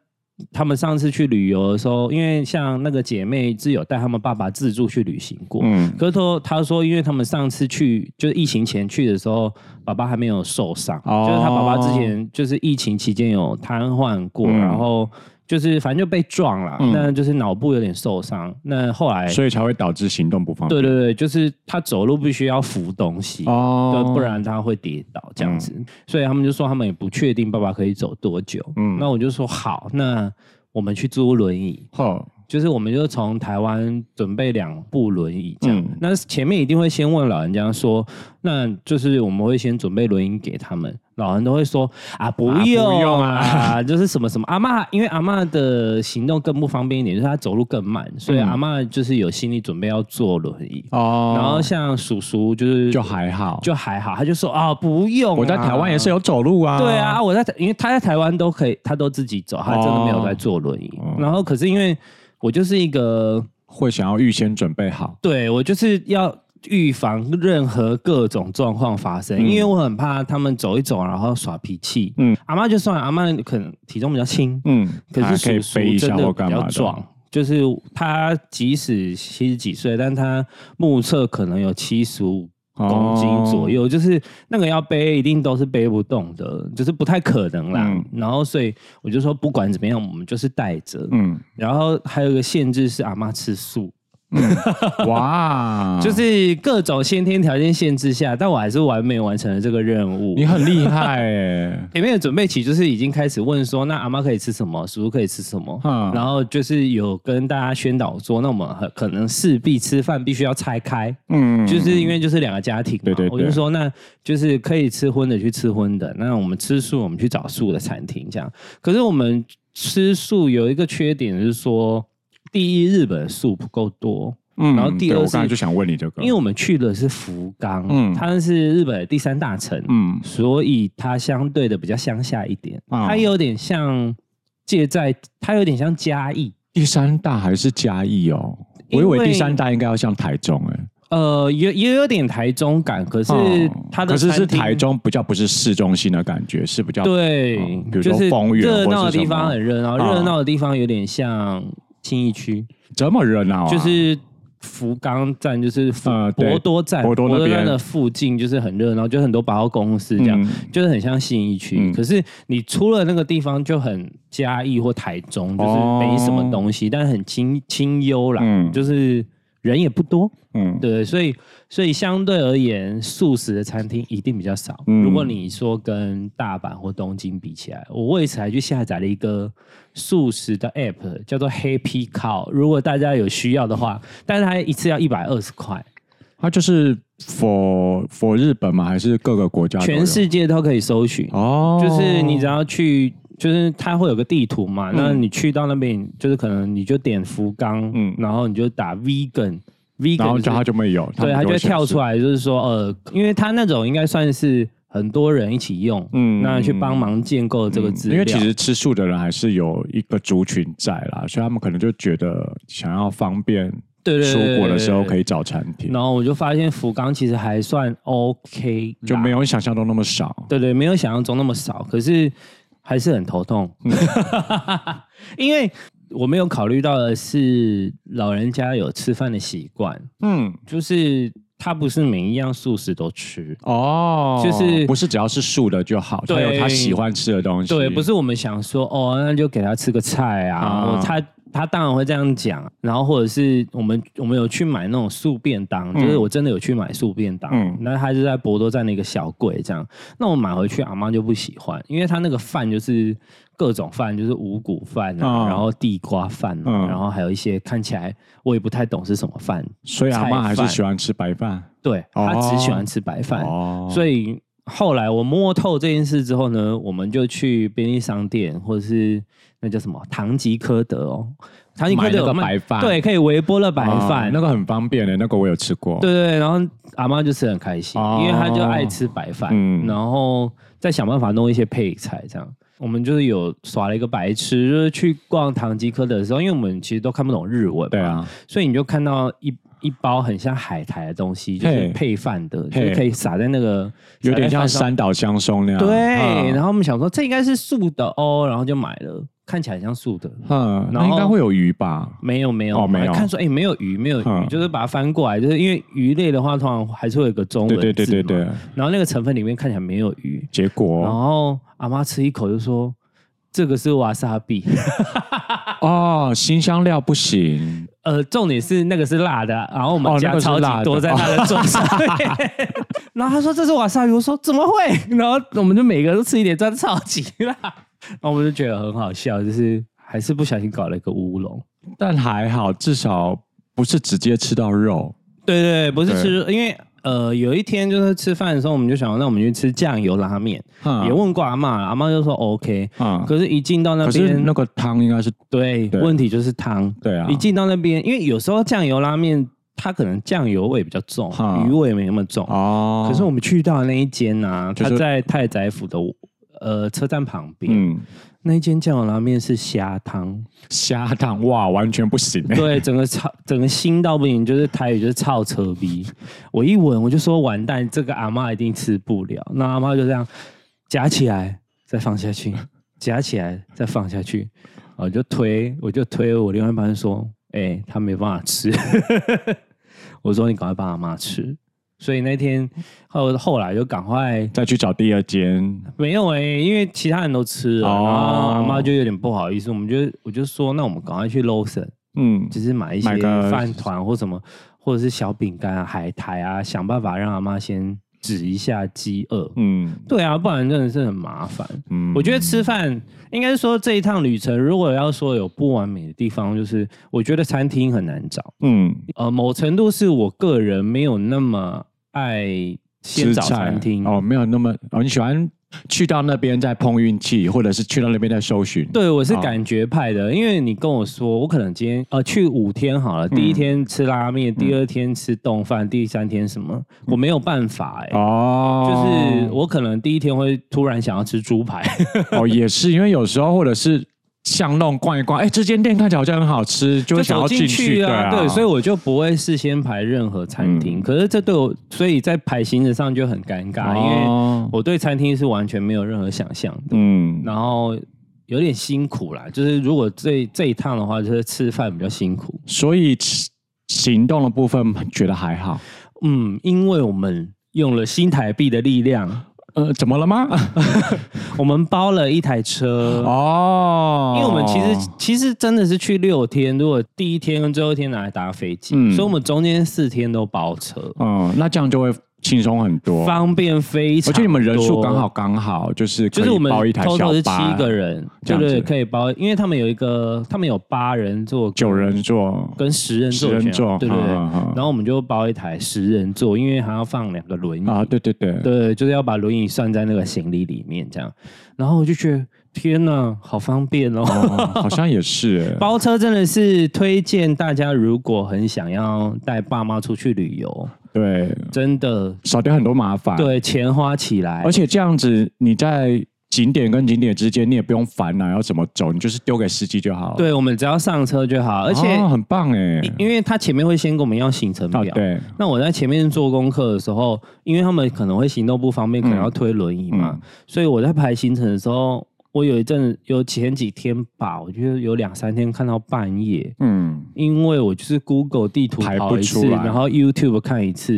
[SPEAKER 2] 他们上次去旅游的时候，因为像那个姐妹是有带他们爸爸自助去旅行过，
[SPEAKER 1] 嗯，
[SPEAKER 2] 可是说他说，因为他们上次去就是疫情前去的时候，爸爸还没有受伤，
[SPEAKER 1] 哦
[SPEAKER 2] 就是他爸爸之前就是疫情期间有瘫痪过，
[SPEAKER 1] 嗯
[SPEAKER 2] 然后就是反正就被撞了，
[SPEAKER 1] 嗯
[SPEAKER 2] 那就是脑部有点受伤。那后来，
[SPEAKER 1] 所以才会导致行动不方便。
[SPEAKER 2] 哎对对对，就是他走路必须要扶东西。
[SPEAKER 1] 哦，
[SPEAKER 2] 对，不然他会跌倒这样子，所以他们就说他们也不确定爸爸可以走多久。
[SPEAKER 1] 嗯
[SPEAKER 2] 那我就说好，那我们去租轮椅。
[SPEAKER 1] 后
[SPEAKER 2] 就是我们就从台湾准备两部轮椅这样。
[SPEAKER 1] 嗯
[SPEAKER 2] 那前面一定会先问老人家说，那就是我们会先准备轮椅给他们，老人都会说啊不
[SPEAKER 1] 啊不
[SPEAKER 2] 用啊，
[SPEAKER 1] 用
[SPEAKER 2] 就是什么什么阿嬷，因为阿嬷的行动更不方便一点，就是她走路更慢，所以
[SPEAKER 1] 嗯
[SPEAKER 2] 阿嬷就是有心理准备要坐轮椅。
[SPEAKER 1] 哦，
[SPEAKER 2] 然后像叔叔就是
[SPEAKER 1] 就还好。
[SPEAKER 2] 就还好，他就说啊不用啊、
[SPEAKER 1] 我在台湾也是有走路啊。
[SPEAKER 2] 对啊，，我在台因为他在台湾都可以，他都自己走，他真的没有在坐轮椅。
[SPEAKER 1] 哦
[SPEAKER 2] 然后可是因为我就是一个，
[SPEAKER 1] 会想要预先准备好。
[SPEAKER 2] 对我就是要预防任何各种状况发生，
[SPEAKER 1] 嗯
[SPEAKER 2] 因为我很怕他们走一走然后耍脾气。
[SPEAKER 1] 嗯
[SPEAKER 2] 阿妈就算了，阿妈可能体重比较轻，
[SPEAKER 1] 嗯，
[SPEAKER 2] 可
[SPEAKER 1] 还
[SPEAKER 2] 是叔
[SPEAKER 1] 可以飞
[SPEAKER 2] 叔
[SPEAKER 1] 一
[SPEAKER 2] 真
[SPEAKER 1] 下
[SPEAKER 2] 的
[SPEAKER 1] 或
[SPEAKER 2] 比
[SPEAKER 1] 干
[SPEAKER 2] 较
[SPEAKER 1] 嘛
[SPEAKER 2] 壮
[SPEAKER 1] 的。。
[SPEAKER 2] 就是他即使七十几岁，但他目测可能有七十五
[SPEAKER 1] 哦
[SPEAKER 2] 公斤左右，就是那个要背，一定都是背不动的，就是不太可能啦。
[SPEAKER 1] 嗯
[SPEAKER 2] 然后，所以我就说，不管怎么样，我们就是带着。
[SPEAKER 1] 嗯，
[SPEAKER 2] 然后还有一个限制是阿妈吃素，
[SPEAKER 1] 哇，
[SPEAKER 2] 就是各种先天条件限制下，但我还是完美完成了这个任务。
[SPEAKER 1] 你。很厉害哎
[SPEAKER 2] 前面的准备期就是已经开始问说，那阿妈可以吃什么，叔叔可以吃什么，
[SPEAKER 1] 嗯
[SPEAKER 2] 然后就是有跟大家宣导说，那我们很可能势必吃饭必须要拆开，
[SPEAKER 1] 嗯，
[SPEAKER 2] 就是因为就是两个家庭嘛，
[SPEAKER 1] 对对对
[SPEAKER 2] 我就说那就是可以吃荤的去吃荤的，那我们吃素我们去找素的餐厅这样。可是我们吃素有一个缺点就是说，第一日本的素不够多，
[SPEAKER 1] 嗯，
[SPEAKER 2] 然后第
[SPEAKER 1] 对我
[SPEAKER 2] 二
[SPEAKER 1] 刚才
[SPEAKER 2] 是
[SPEAKER 1] 就想问你这个，
[SPEAKER 2] 因为我们去的是福冈，
[SPEAKER 1] 嗯
[SPEAKER 2] 它是日本的第三大城，
[SPEAKER 1] 嗯
[SPEAKER 2] 所以它相对的比较乡下一点，
[SPEAKER 1] 哦
[SPEAKER 2] 它有点像介在，它有点像嘉义，
[SPEAKER 1] 第三大还是嘉义哦，我以
[SPEAKER 2] 因
[SPEAKER 1] 为
[SPEAKER 2] 为
[SPEAKER 1] 第三大应该要像台中哎。
[SPEAKER 2] 呃，也也有点台中感，可是
[SPEAKER 1] 哦
[SPEAKER 2] 它的
[SPEAKER 1] 可是是
[SPEAKER 2] 餐厅
[SPEAKER 1] 台中比较不是市中心的感觉，是比较
[SPEAKER 2] 对
[SPEAKER 1] 嗯，比如
[SPEAKER 2] 就
[SPEAKER 1] 说
[SPEAKER 2] 是
[SPEAKER 1] 丰原
[SPEAKER 2] 热
[SPEAKER 1] 或
[SPEAKER 2] 闹的
[SPEAKER 1] 是什
[SPEAKER 2] 地方
[SPEAKER 1] 么
[SPEAKER 2] 很热闹，
[SPEAKER 1] 啊
[SPEAKER 2] 热闹的地方有点像新义区，
[SPEAKER 1] 这么热闹啊，
[SPEAKER 2] 就是福冈站，就是福
[SPEAKER 1] 呃对
[SPEAKER 2] 博多站，
[SPEAKER 1] 博多那边
[SPEAKER 2] 站的附近就是很热闹，就很多百货公司这样，
[SPEAKER 1] 嗯
[SPEAKER 2] 就是很像信义区。
[SPEAKER 1] 嗯
[SPEAKER 2] 可是你出了那个地方，就很嘉义或台中，就是
[SPEAKER 1] 哦
[SPEAKER 2] 没什么东西，但很清清幽啦，
[SPEAKER 1] 嗯
[SPEAKER 2] 就是人也不多，
[SPEAKER 1] 嗯，
[SPEAKER 2] 对，所以所以相对而言，素食的餐厅一定比较少。
[SPEAKER 1] 嗯
[SPEAKER 2] 如果你说跟大阪或东京比起来，我为此还去下载了一个素食的 app，叫做 Happy Cow。如果大家有需要的话，但是它一次要一百二十块，
[SPEAKER 1] 它就是 for for 日本嘛，还是各个国家都有？
[SPEAKER 2] 全世界都可以搜寻。
[SPEAKER 1] 哦，
[SPEAKER 2] 就是你只要去，就是它会有个地图嘛，那你去到那边，就是可能你就点福冈，
[SPEAKER 1] 嗯
[SPEAKER 2] 然后你就打 vegan，vegan，
[SPEAKER 1] 然后
[SPEAKER 2] 就是
[SPEAKER 1] 就它就没有，
[SPEAKER 2] 对，它
[SPEAKER 1] 们
[SPEAKER 2] 就会
[SPEAKER 1] 会
[SPEAKER 2] 跳出
[SPEAKER 1] 来，
[SPEAKER 2] 来，就是说，呃，因为它那种应该算是很多人一起用，
[SPEAKER 1] 嗯
[SPEAKER 2] 那去帮忙建构这个
[SPEAKER 1] 嗯
[SPEAKER 2] 资料，
[SPEAKER 1] 因为其实吃素的人还是有一个族群在啦，所以他们可能就觉得想要方便
[SPEAKER 2] 对对
[SPEAKER 1] 出
[SPEAKER 2] 对
[SPEAKER 1] 国的时候可以
[SPEAKER 2] 以。
[SPEAKER 1] 找产品，
[SPEAKER 2] 然后我就发现福冈其实还算 OK，啦
[SPEAKER 1] 就没有想象中那么少。
[SPEAKER 2] 对对，没有想象中那么少，可是还是很头痛，
[SPEAKER 1] 嗯
[SPEAKER 2] 因为我没有考虑到的是老人家有吃饭的习惯，
[SPEAKER 1] 嗯，
[SPEAKER 2] 就是他不是每一样素食都吃。
[SPEAKER 1] 哦，
[SPEAKER 2] 就是
[SPEAKER 1] 不是只要是素的就好，他
[SPEAKER 2] 对
[SPEAKER 1] 有他喜欢吃的东西，
[SPEAKER 2] 对，不是我们想说哦，那就给他吃个菜啊，
[SPEAKER 1] 啊
[SPEAKER 2] 哦他他当然会这样讲，然后或者是我们我们有去买那种素便当，就是我真的有去买素便当，
[SPEAKER 1] 嗯
[SPEAKER 2] 那他就在博多站的一个小柜这样，那我买回去阿妈就不喜欢，因为他那个饭就是各种饭，就是五谷饭啊，
[SPEAKER 1] 啊
[SPEAKER 2] 然后地瓜饭啊，
[SPEAKER 1] 嗯
[SPEAKER 2] 然后还有一些看起来我也不太懂是什么饭，
[SPEAKER 1] 所以阿妈还
[SPEAKER 2] 菜
[SPEAKER 1] 是
[SPEAKER 2] 饭
[SPEAKER 1] 喜欢吃白饭。
[SPEAKER 2] 对
[SPEAKER 1] 哦
[SPEAKER 2] 他只喜欢吃白饭，
[SPEAKER 1] 哦，
[SPEAKER 2] 所以后来我摸透这件事之后呢，我们就去便利商店，或者是那叫什么唐吉诃德哦，唐吉诃德
[SPEAKER 1] 买那个
[SPEAKER 2] 有
[SPEAKER 1] 白饭
[SPEAKER 2] 对，可以微波了白
[SPEAKER 1] 哦
[SPEAKER 2] 饭。
[SPEAKER 1] 那个很方便的，那个我有吃过。
[SPEAKER 2] 对对对，然后阿妈就吃得很开心，
[SPEAKER 1] 哦
[SPEAKER 2] 因为她就爱吃白饭，
[SPEAKER 1] 嗯
[SPEAKER 2] 然后再想办法弄一些配菜这样。我们就是有耍了一个白痴，就是去逛唐吉诃德的时候，因为我们其实都看不懂日文，
[SPEAKER 1] 对，啊，
[SPEAKER 2] 所以你就看到一一包很像海苔的东西，就是
[SPEAKER 1] 嘿
[SPEAKER 2] 配饭的，就
[SPEAKER 1] 嘿
[SPEAKER 2] 是可以撒在那个
[SPEAKER 1] 有点像
[SPEAKER 2] 撒在饭上
[SPEAKER 1] 三岛香松那样。嗯
[SPEAKER 2] 对，然
[SPEAKER 1] 后
[SPEAKER 2] 后我们想说这应该是素的哦，然后就买了，看起来很像素的，
[SPEAKER 1] 嗯，
[SPEAKER 2] 然
[SPEAKER 1] 那
[SPEAKER 2] 后
[SPEAKER 1] 应该会有鱼吧？
[SPEAKER 2] 没有没有，
[SPEAKER 1] 哦没有
[SPEAKER 2] 看说哎、诶没有鱼没有鱼，
[SPEAKER 1] 嗯
[SPEAKER 2] 就是把它翻过来，就是因为鱼类的话通常还是会有一个中文
[SPEAKER 1] 对
[SPEAKER 2] 字
[SPEAKER 1] 对对对哦
[SPEAKER 2] 嘛
[SPEAKER 1] 对。
[SPEAKER 2] 然后那个成分里面看起来没有鱼，
[SPEAKER 1] 结
[SPEAKER 2] 然
[SPEAKER 1] 果
[SPEAKER 2] 后阿妈吃一口就说这个是瓦萨比，
[SPEAKER 1] 哦，新香料不行，
[SPEAKER 2] 呃，重点是那个是辣的，然后我们
[SPEAKER 1] 哦那
[SPEAKER 2] 家
[SPEAKER 1] 个是
[SPEAKER 2] 超
[SPEAKER 1] 辣
[SPEAKER 2] 级
[SPEAKER 1] 的
[SPEAKER 2] 多在他的桌上面。 然后他说这是瓦萨比，我说怎么会？然后我们就每个都吃一点，真的超级辣。然后我们就觉得很好笑，就是还是不小心搞了一个乌龙。
[SPEAKER 1] 但还好，至少不是直接吃到肉。
[SPEAKER 2] 对对对，不是
[SPEAKER 1] 对
[SPEAKER 2] 吃，因为呃有一天就是吃饭的时候，我们就想那我们去吃酱油拉面，
[SPEAKER 1] 嗯
[SPEAKER 2] 也问过阿妈，阿妈就说 OK。
[SPEAKER 1] 啊，
[SPEAKER 2] 可是，一进到那
[SPEAKER 1] 可是
[SPEAKER 2] 边，
[SPEAKER 1] 那个汤应该是
[SPEAKER 2] 对，
[SPEAKER 1] 对
[SPEAKER 2] 问题就是汤。
[SPEAKER 1] 对啊
[SPEAKER 2] 一，进到那边，因为有时候酱油拉面它可能酱油味比较重，
[SPEAKER 1] 哈
[SPEAKER 2] 鱼味没那么重。
[SPEAKER 1] 哦，
[SPEAKER 2] 可是我们去到的那一间呢、啊，
[SPEAKER 1] 就是
[SPEAKER 2] 它在太宰府的呃车站旁边，
[SPEAKER 1] 嗯，
[SPEAKER 2] 那一间酱油拉面是虾汤，
[SPEAKER 1] 虾汤哇，完全不行欸。
[SPEAKER 2] 对，整个超整个腥到不行，就是台语就是超车逼。我一闻我就说完蛋，这个阿妈一定吃不了。那阿妈就这样夹起来再放下去，夹起来再放下去，我就推我就推我另外一半说，哎、他没办法吃。 我说你赶快帮阿妈吃。所以那天后后来就赶快
[SPEAKER 1] 再去找第二间，
[SPEAKER 2] 没有哎、因为其他人都吃了，
[SPEAKER 1] 哦
[SPEAKER 2] 然后阿妈就有点不好意思，我们就我就说，那我们赶快去 Lawson，
[SPEAKER 1] 嗯，
[SPEAKER 2] 就是买一些
[SPEAKER 1] 买个
[SPEAKER 2] 饭团或什么，或者是小饼干啊、海苔啊，想办法让阿妈先止一下饥饿。
[SPEAKER 1] 嗯
[SPEAKER 2] 对啊，不然真的是很麻烦。
[SPEAKER 1] 嗯
[SPEAKER 2] 我觉得吃饭应该是说这一趟旅程，如果要说有不完美的地方，就是我觉得餐厅很难找。
[SPEAKER 1] 嗯
[SPEAKER 2] 呃，某程度是我个人没有那么爱先
[SPEAKER 1] 吃
[SPEAKER 2] 找
[SPEAKER 1] 菜
[SPEAKER 2] 餐厅
[SPEAKER 1] 哦，没有那么哦，你喜欢去到那边再碰运气，或者是去到那边再搜寻。
[SPEAKER 2] 对，我是
[SPEAKER 1] 哦
[SPEAKER 2] 感觉派的，因为你跟我说，我可能今天呃去五天好了，
[SPEAKER 1] 嗯
[SPEAKER 2] 第一天吃拉面，第二天吃冻饭，第三天什
[SPEAKER 1] 嗯
[SPEAKER 2] 么，我没有办法哎、
[SPEAKER 1] 哦，
[SPEAKER 2] 就是我可能第一天会突然想要吃猪排，
[SPEAKER 1] 哦，也是因为有时候或者是巷弄逛一逛，哎，这间店看起来好像很好吃，就会想
[SPEAKER 2] 走
[SPEAKER 1] 要
[SPEAKER 2] 进
[SPEAKER 1] 去，
[SPEAKER 2] 啊，
[SPEAKER 1] 啊，
[SPEAKER 2] 对，所以我就不会事先排任何餐厅。
[SPEAKER 1] 嗯
[SPEAKER 2] 可是这对我，所以在排行程上就很尴尬，因为
[SPEAKER 1] 哦
[SPEAKER 2] 我对餐厅是完全没有任何想象的。
[SPEAKER 1] 嗯，
[SPEAKER 2] 然后有点辛苦啦，就是如果这这一趟的话，就是吃饭比较辛苦。
[SPEAKER 1] 所以吃行动的部分觉得还好，
[SPEAKER 2] 嗯，因为我们用了新台币的力量，
[SPEAKER 1] 呃，怎么了吗？
[SPEAKER 2] 我们包了一台车，
[SPEAKER 1] 哦，
[SPEAKER 2] 因为我们其实其实真的是去六天，如果第一天跟最后一天拿来搭飞机，
[SPEAKER 1] 嗯
[SPEAKER 2] 所以我们中间四天都包车，
[SPEAKER 1] 嗯，那这样就会轻松很多。
[SPEAKER 2] 方便非常
[SPEAKER 1] 而
[SPEAKER 2] 多。
[SPEAKER 1] 且你们人数刚好刚好，就是可以
[SPEAKER 2] 就是我们
[SPEAKER 1] 包一台
[SPEAKER 2] 偷
[SPEAKER 1] 小
[SPEAKER 2] 偷是七
[SPEAKER 1] 巴，
[SPEAKER 2] 个人，
[SPEAKER 1] 这
[SPEAKER 2] 对
[SPEAKER 1] 样子
[SPEAKER 2] 对，可以包，因为他们有一个，他们有八人座、
[SPEAKER 1] 九人座，
[SPEAKER 2] 跟十人座
[SPEAKER 1] 十
[SPEAKER 2] 的选
[SPEAKER 1] 人座，
[SPEAKER 2] 项，对对对。
[SPEAKER 1] 嗯嗯嗯
[SPEAKER 2] 然后我们就包一台十人座，因为还要放两个轮椅，
[SPEAKER 1] 啊，对对对，
[SPEAKER 2] 对，就是要把轮椅算在那个行李里面这样。然后我就觉得天哪，好方便哦！，
[SPEAKER 1] 哦，好像也是
[SPEAKER 2] 包车真的是推荐大家，如果很想要带爸妈出去旅游，
[SPEAKER 1] 对，
[SPEAKER 2] 真的
[SPEAKER 1] 少掉很多麻烦，，
[SPEAKER 2] 对钱花起来，
[SPEAKER 1] 嗯而且这样子你在景点跟景点之间，你也不用烦恼要怎么走，你就是丢给司机就好了，
[SPEAKER 2] 对我们只要上车就好，
[SPEAKER 1] 哦，
[SPEAKER 2] 而且。
[SPEAKER 1] 很棒哎，
[SPEAKER 2] 因为他前面会先跟我们要行程
[SPEAKER 1] 啊
[SPEAKER 2] 表，
[SPEAKER 1] 对，
[SPEAKER 2] 那我在前面做功课的时候，因为他们可能会行动不方便，可能要推轮椅嘛，
[SPEAKER 1] 嗯
[SPEAKER 2] 所以我在排行程的时候，我有一阵有前几天吧，我觉得有两三天看到半夜，
[SPEAKER 1] 嗯，
[SPEAKER 2] 因为我就是 Google 地图
[SPEAKER 1] 排不
[SPEAKER 2] 跑一
[SPEAKER 1] 出
[SPEAKER 2] 次，
[SPEAKER 1] 来
[SPEAKER 2] 然后 YouTube 看一次，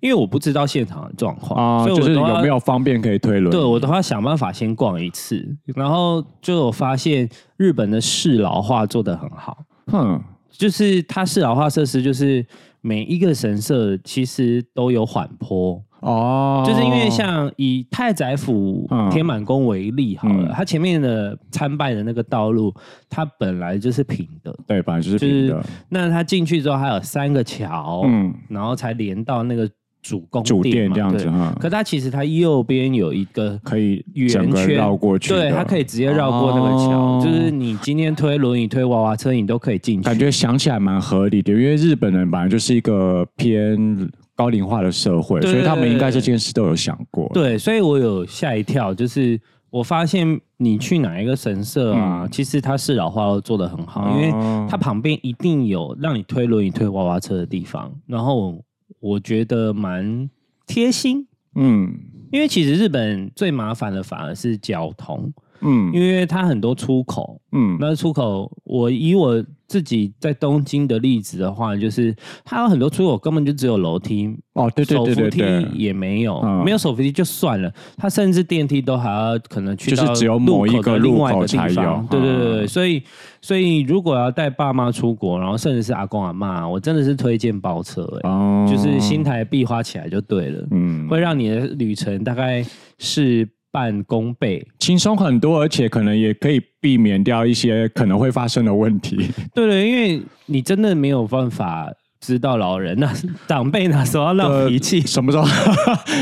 [SPEAKER 2] 因为我不知道现场的状况，
[SPEAKER 1] 啊，
[SPEAKER 2] 哦所以
[SPEAKER 1] 就
[SPEAKER 2] 我
[SPEAKER 1] 是
[SPEAKER 2] 都要
[SPEAKER 1] 有没有方便可以推轮？
[SPEAKER 2] 对我都要想办法先逛一次，然后就有发现日本的市老化做得很好。
[SPEAKER 1] 哼，
[SPEAKER 2] 就是它是老化设施，就是每一个神社其实都有缓坡，
[SPEAKER 1] 哦，
[SPEAKER 2] 就是因为像以太宰府
[SPEAKER 1] 嗯
[SPEAKER 2] 天满宫为例好了，
[SPEAKER 1] 嗯
[SPEAKER 2] 它前面的参拜的那个道路，它本来就是平的，
[SPEAKER 1] 对，本来就是平的，
[SPEAKER 2] 那它进去之后还有三个桥，
[SPEAKER 1] 嗯，
[SPEAKER 2] 然后才连到那个主宫
[SPEAKER 1] 主殿
[SPEAKER 2] 殿嘛
[SPEAKER 1] 这样子嗯
[SPEAKER 2] 对
[SPEAKER 1] 哈，
[SPEAKER 2] 可它其实它右边有一个
[SPEAKER 1] 可以整
[SPEAKER 2] 圆
[SPEAKER 1] 个
[SPEAKER 2] 圈
[SPEAKER 1] 绕过去的，
[SPEAKER 2] 对，它可以直接绕过那个桥，
[SPEAKER 1] 哦
[SPEAKER 2] 就是你今天推轮椅、推娃娃车，你都可以进去。
[SPEAKER 1] 感觉想起来蛮合理的，因为日本人本来就是一个偏高龄化的社会，
[SPEAKER 2] 对
[SPEAKER 1] 所以他们应该这件事都有想过。
[SPEAKER 2] 对，所以我有吓一跳，就是我发现你去哪一个神社
[SPEAKER 1] 嗯
[SPEAKER 2] 啊，其实它是老化都做得很好，
[SPEAKER 1] 哦
[SPEAKER 2] 因为它旁边一定有让你推轮椅、推娃娃车的地方。然后我我觉得蛮贴心，
[SPEAKER 1] 嗯
[SPEAKER 2] 因为其实日本最麻烦的反而是交通，
[SPEAKER 1] 嗯
[SPEAKER 2] 因为它很多出口，
[SPEAKER 1] 嗯
[SPEAKER 2] 那出口，我以我自己在东京的例子的话，就是它有很多出口根本就只有楼梯，
[SPEAKER 1] 哦，对对对对
[SPEAKER 2] 手扶梯
[SPEAKER 1] 对，
[SPEAKER 2] 也没有，
[SPEAKER 1] 嗯
[SPEAKER 2] 没有手扶梯就算了，它甚至电梯都还要可能去到
[SPEAKER 1] 就是只有某一个
[SPEAKER 2] 路口的另外
[SPEAKER 1] 入口
[SPEAKER 2] 的地
[SPEAKER 1] 才有
[SPEAKER 2] 方对对对对，
[SPEAKER 1] 嗯
[SPEAKER 2] 所以所以如果要带爸妈出国，然后甚至是阿公阿妈，我真的是推荐包车、欸，
[SPEAKER 1] 哦
[SPEAKER 2] 就是新台币花起来就对了，
[SPEAKER 1] 嗯
[SPEAKER 2] 会让你的旅程大概事半功倍。
[SPEAKER 1] 轻松很多，而且可能也可以避免掉一些可能会发生的问题。
[SPEAKER 2] 对对，因为你真的没有办法知道老人 那长辈哪时候要 闹脾 气。
[SPEAKER 1] 什么时候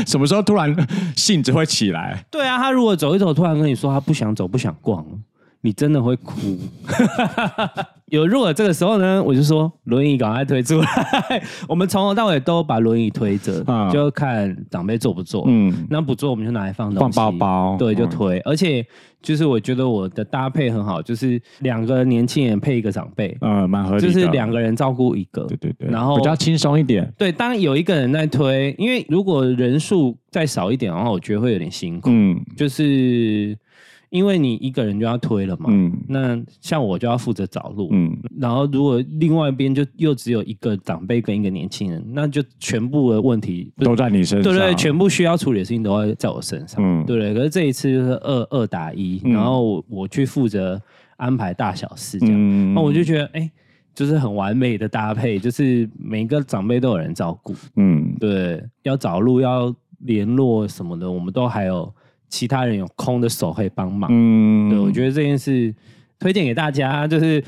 [SPEAKER 1] 什么时候突然性子会起来？
[SPEAKER 2] 对啊，他如果走一走，突然跟你说他不想走、不想逛，你真的会哭。 有，如果这个时候呢，我就说轮椅赶快推出来。 我们从头到尾都把轮椅推着，
[SPEAKER 1] 啊
[SPEAKER 2] 就看长辈坐不坐。
[SPEAKER 1] 嗯，
[SPEAKER 2] 那不做我们就拿来放东
[SPEAKER 1] 放
[SPEAKER 2] 西，
[SPEAKER 1] 包包
[SPEAKER 2] 对，就
[SPEAKER 1] 嗯
[SPEAKER 2] 推。而且就是我觉得我的搭配很好，就是两个年轻人配一个长辈，
[SPEAKER 1] 呃，蛮合理的。
[SPEAKER 2] 就是两个人照顾一个，
[SPEAKER 1] 对对对，
[SPEAKER 2] 然后
[SPEAKER 1] 比较轻松一点。
[SPEAKER 2] 对，当有一个人在推，因为如果人数再少一点的话，我觉得会有点辛苦，
[SPEAKER 1] 嗯
[SPEAKER 2] 就是因为你一个人就要推了嘛。
[SPEAKER 1] 嗯
[SPEAKER 2] 那像我就要负责找路，
[SPEAKER 1] 嗯，
[SPEAKER 2] 然后如果另外一边就又只有一个长辈跟一个年轻人，那就全部的问题
[SPEAKER 1] 都在你身上。
[SPEAKER 2] 对对，全部需要处理的事情都会在我身上，
[SPEAKER 1] 嗯
[SPEAKER 2] 对对。可是这一次就是二二打一，
[SPEAKER 1] 嗯
[SPEAKER 2] 然后我我去负责安排大小事这样。
[SPEAKER 1] 嗯
[SPEAKER 2] 那我就觉得，哎、就是很完美的搭配，就是每个长辈都有人照顾，
[SPEAKER 1] 嗯。
[SPEAKER 2] 对，要找路、要联络什么的，我们都还有其他人有空的手可以帮忙。
[SPEAKER 1] 嗯，
[SPEAKER 2] 对，我觉得这件事推荐给大家，就是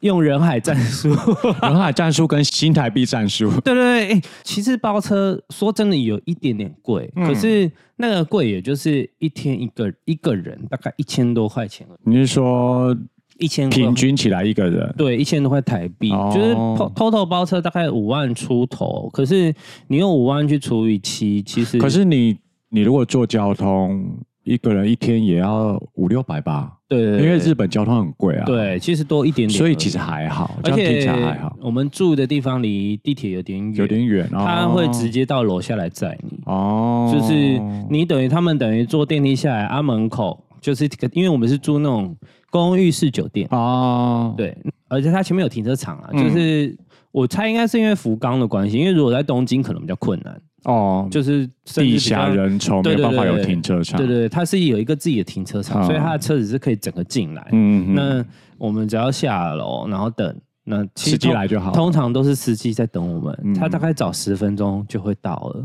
[SPEAKER 2] 用人海战术。
[SPEAKER 1] 人海战术跟新台币战术，
[SPEAKER 2] 对对对，哎、其实包车说真的有一点点贵，
[SPEAKER 1] 嗯
[SPEAKER 2] 可是那个贵也就是一天一个一个人大概一千多块钱而已，
[SPEAKER 1] 你是说
[SPEAKER 2] 一千
[SPEAKER 1] 平均起来一个人？
[SPEAKER 2] 对，一千多块台币，
[SPEAKER 1] 哦
[SPEAKER 2] 就是 to- total 包车大概五万出头。可是你用五万去除以七，其实
[SPEAKER 1] 可是你你如果坐交通，一个人一天也要五六百吧？
[SPEAKER 2] 对，
[SPEAKER 1] 因为日本交通很贵啊。，
[SPEAKER 2] 对，其实多一点点而已，
[SPEAKER 1] 所以其实还好，这
[SPEAKER 2] 而
[SPEAKER 1] 样听
[SPEAKER 2] 且
[SPEAKER 1] 起来还好，
[SPEAKER 2] 我们住的地方离地铁有点远，
[SPEAKER 1] 有点远哦。
[SPEAKER 2] 他会直接到楼下来载你，
[SPEAKER 1] 哦，
[SPEAKER 2] 就是你等于他们等于坐电梯下来，啊门口就是因为我们是住那种公寓式酒店，
[SPEAKER 1] 哦，，
[SPEAKER 2] 对，而且它前面有停车场啊，
[SPEAKER 1] 嗯
[SPEAKER 2] 就是我猜应该是因为福冈的关系，因为如果在东京可能比较困难。
[SPEAKER 1] 哦，
[SPEAKER 2] 就是甚至
[SPEAKER 1] 地
[SPEAKER 2] 比
[SPEAKER 1] 下
[SPEAKER 2] 较
[SPEAKER 1] 人稠，没
[SPEAKER 2] 对
[SPEAKER 1] 有
[SPEAKER 2] 对
[SPEAKER 1] 办法
[SPEAKER 2] 对
[SPEAKER 1] 有
[SPEAKER 2] 对
[SPEAKER 1] 停车场。
[SPEAKER 2] 对对对，它是有一个自己的停车场，
[SPEAKER 1] 啊
[SPEAKER 2] 所以它的车子是可以整个进来。
[SPEAKER 1] 嗯，嗯，
[SPEAKER 2] 那我们只要下楼，然后等，那其实
[SPEAKER 1] 司机
[SPEAKER 2] 通
[SPEAKER 1] 来就好
[SPEAKER 2] 通常都是司机在等我们，
[SPEAKER 1] 嗯
[SPEAKER 2] 他大概早十分钟就会到了。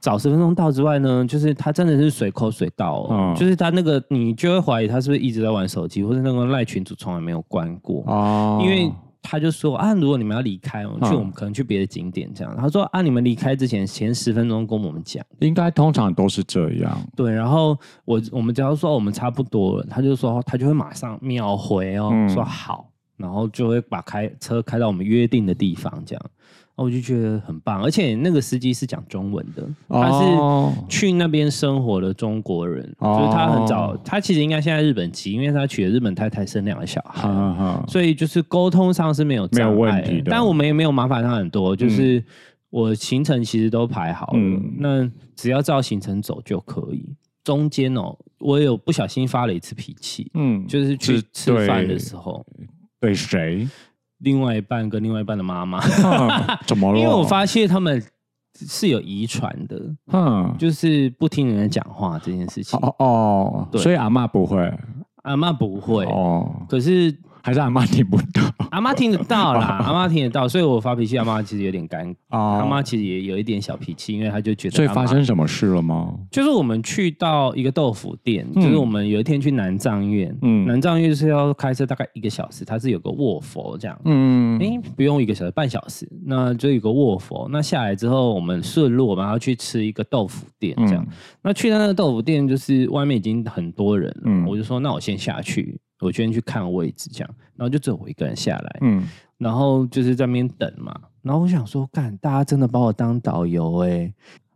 [SPEAKER 2] 早十分钟到之外呢，就是他真的是随口随到、哦，
[SPEAKER 1] 嗯
[SPEAKER 2] 就是他那个你就会怀疑他是不是一直在玩手机，或者那个赖群主从来没有关过。
[SPEAKER 1] 哦，
[SPEAKER 2] 因为他就说啊，如果你们要离开，我们去
[SPEAKER 1] 嗯
[SPEAKER 2] 我们可能去别的景点这样。他说啊，你们离开之前前十分钟跟我们讲，
[SPEAKER 1] 应该通常都是这样。
[SPEAKER 2] 对。然后我我们只要说我们差不多了，他就说他就会马上秒回哦，
[SPEAKER 1] 嗯
[SPEAKER 2] 说好，然后就会把开车开到我们约定的地方这样。啊我就觉得很棒，而且那个司机是讲中文的，他是
[SPEAKER 1] 哦
[SPEAKER 2] 去那边生活的中国人，
[SPEAKER 1] 哦
[SPEAKER 2] 就是他很早，他其实应该现在日本籍，因为他娶了日本太太，生两个小孩。
[SPEAKER 1] 哈哈哈，
[SPEAKER 2] 所以就是沟通上是没有障碍
[SPEAKER 1] 没有问题的
[SPEAKER 2] 但我们也没有麻烦他很多，就是我行程其实都排好了，
[SPEAKER 1] 嗯
[SPEAKER 2] 那只要照行程走就可以。中间哦，我有不小心发了一次脾气，
[SPEAKER 1] 嗯，
[SPEAKER 2] 就是去
[SPEAKER 1] 是
[SPEAKER 2] 吃饭
[SPEAKER 1] 对
[SPEAKER 2] 的时候，
[SPEAKER 1] 对 谁？
[SPEAKER 2] 另外一半跟另外一半的妈妈，
[SPEAKER 1] 哦哼怎么了？
[SPEAKER 2] 因为我发现他们是有遗传的，
[SPEAKER 1] 哼，
[SPEAKER 2] 就是不听人家讲话这件事情。
[SPEAKER 1] 哦哦，
[SPEAKER 2] 对
[SPEAKER 1] 所以阿嬷不会
[SPEAKER 2] 阿妈不会，
[SPEAKER 1] 哦，
[SPEAKER 2] 可是
[SPEAKER 1] 还是阿嬷听不懂
[SPEAKER 2] 阿妈听得到 啦，阿妈听得到，所以我发脾气，阿妈其实有点尴尬。
[SPEAKER 1] 哦
[SPEAKER 2] 他妈其实也有一点小脾气，因为他就觉得
[SPEAKER 1] 所以
[SPEAKER 2] 他
[SPEAKER 1] 发
[SPEAKER 2] 妈
[SPEAKER 1] 生什么事了吗？
[SPEAKER 2] 就是我们去到一个豆腐店，就是我们有一天去南藏院，
[SPEAKER 1] 嗯
[SPEAKER 2] 南藏院是要开车大概一个小时，它是有个卧佛这样。
[SPEAKER 1] 嗯
[SPEAKER 2] 诶，不用一个小时，半小时，那就有个卧佛。那下来之后，我们顺路我们要去吃一个豆腐店，这
[SPEAKER 1] 嗯
[SPEAKER 2] 样。那去到那个豆腐店，就是外面已经很多人了，
[SPEAKER 1] 嗯
[SPEAKER 2] 我就说那我先下去，我先去看位置这样。然后就只有我一个人下来，
[SPEAKER 1] 嗯，
[SPEAKER 2] 然后就是在那边等嘛。然后我想说，干，大家真的把我当导游哎、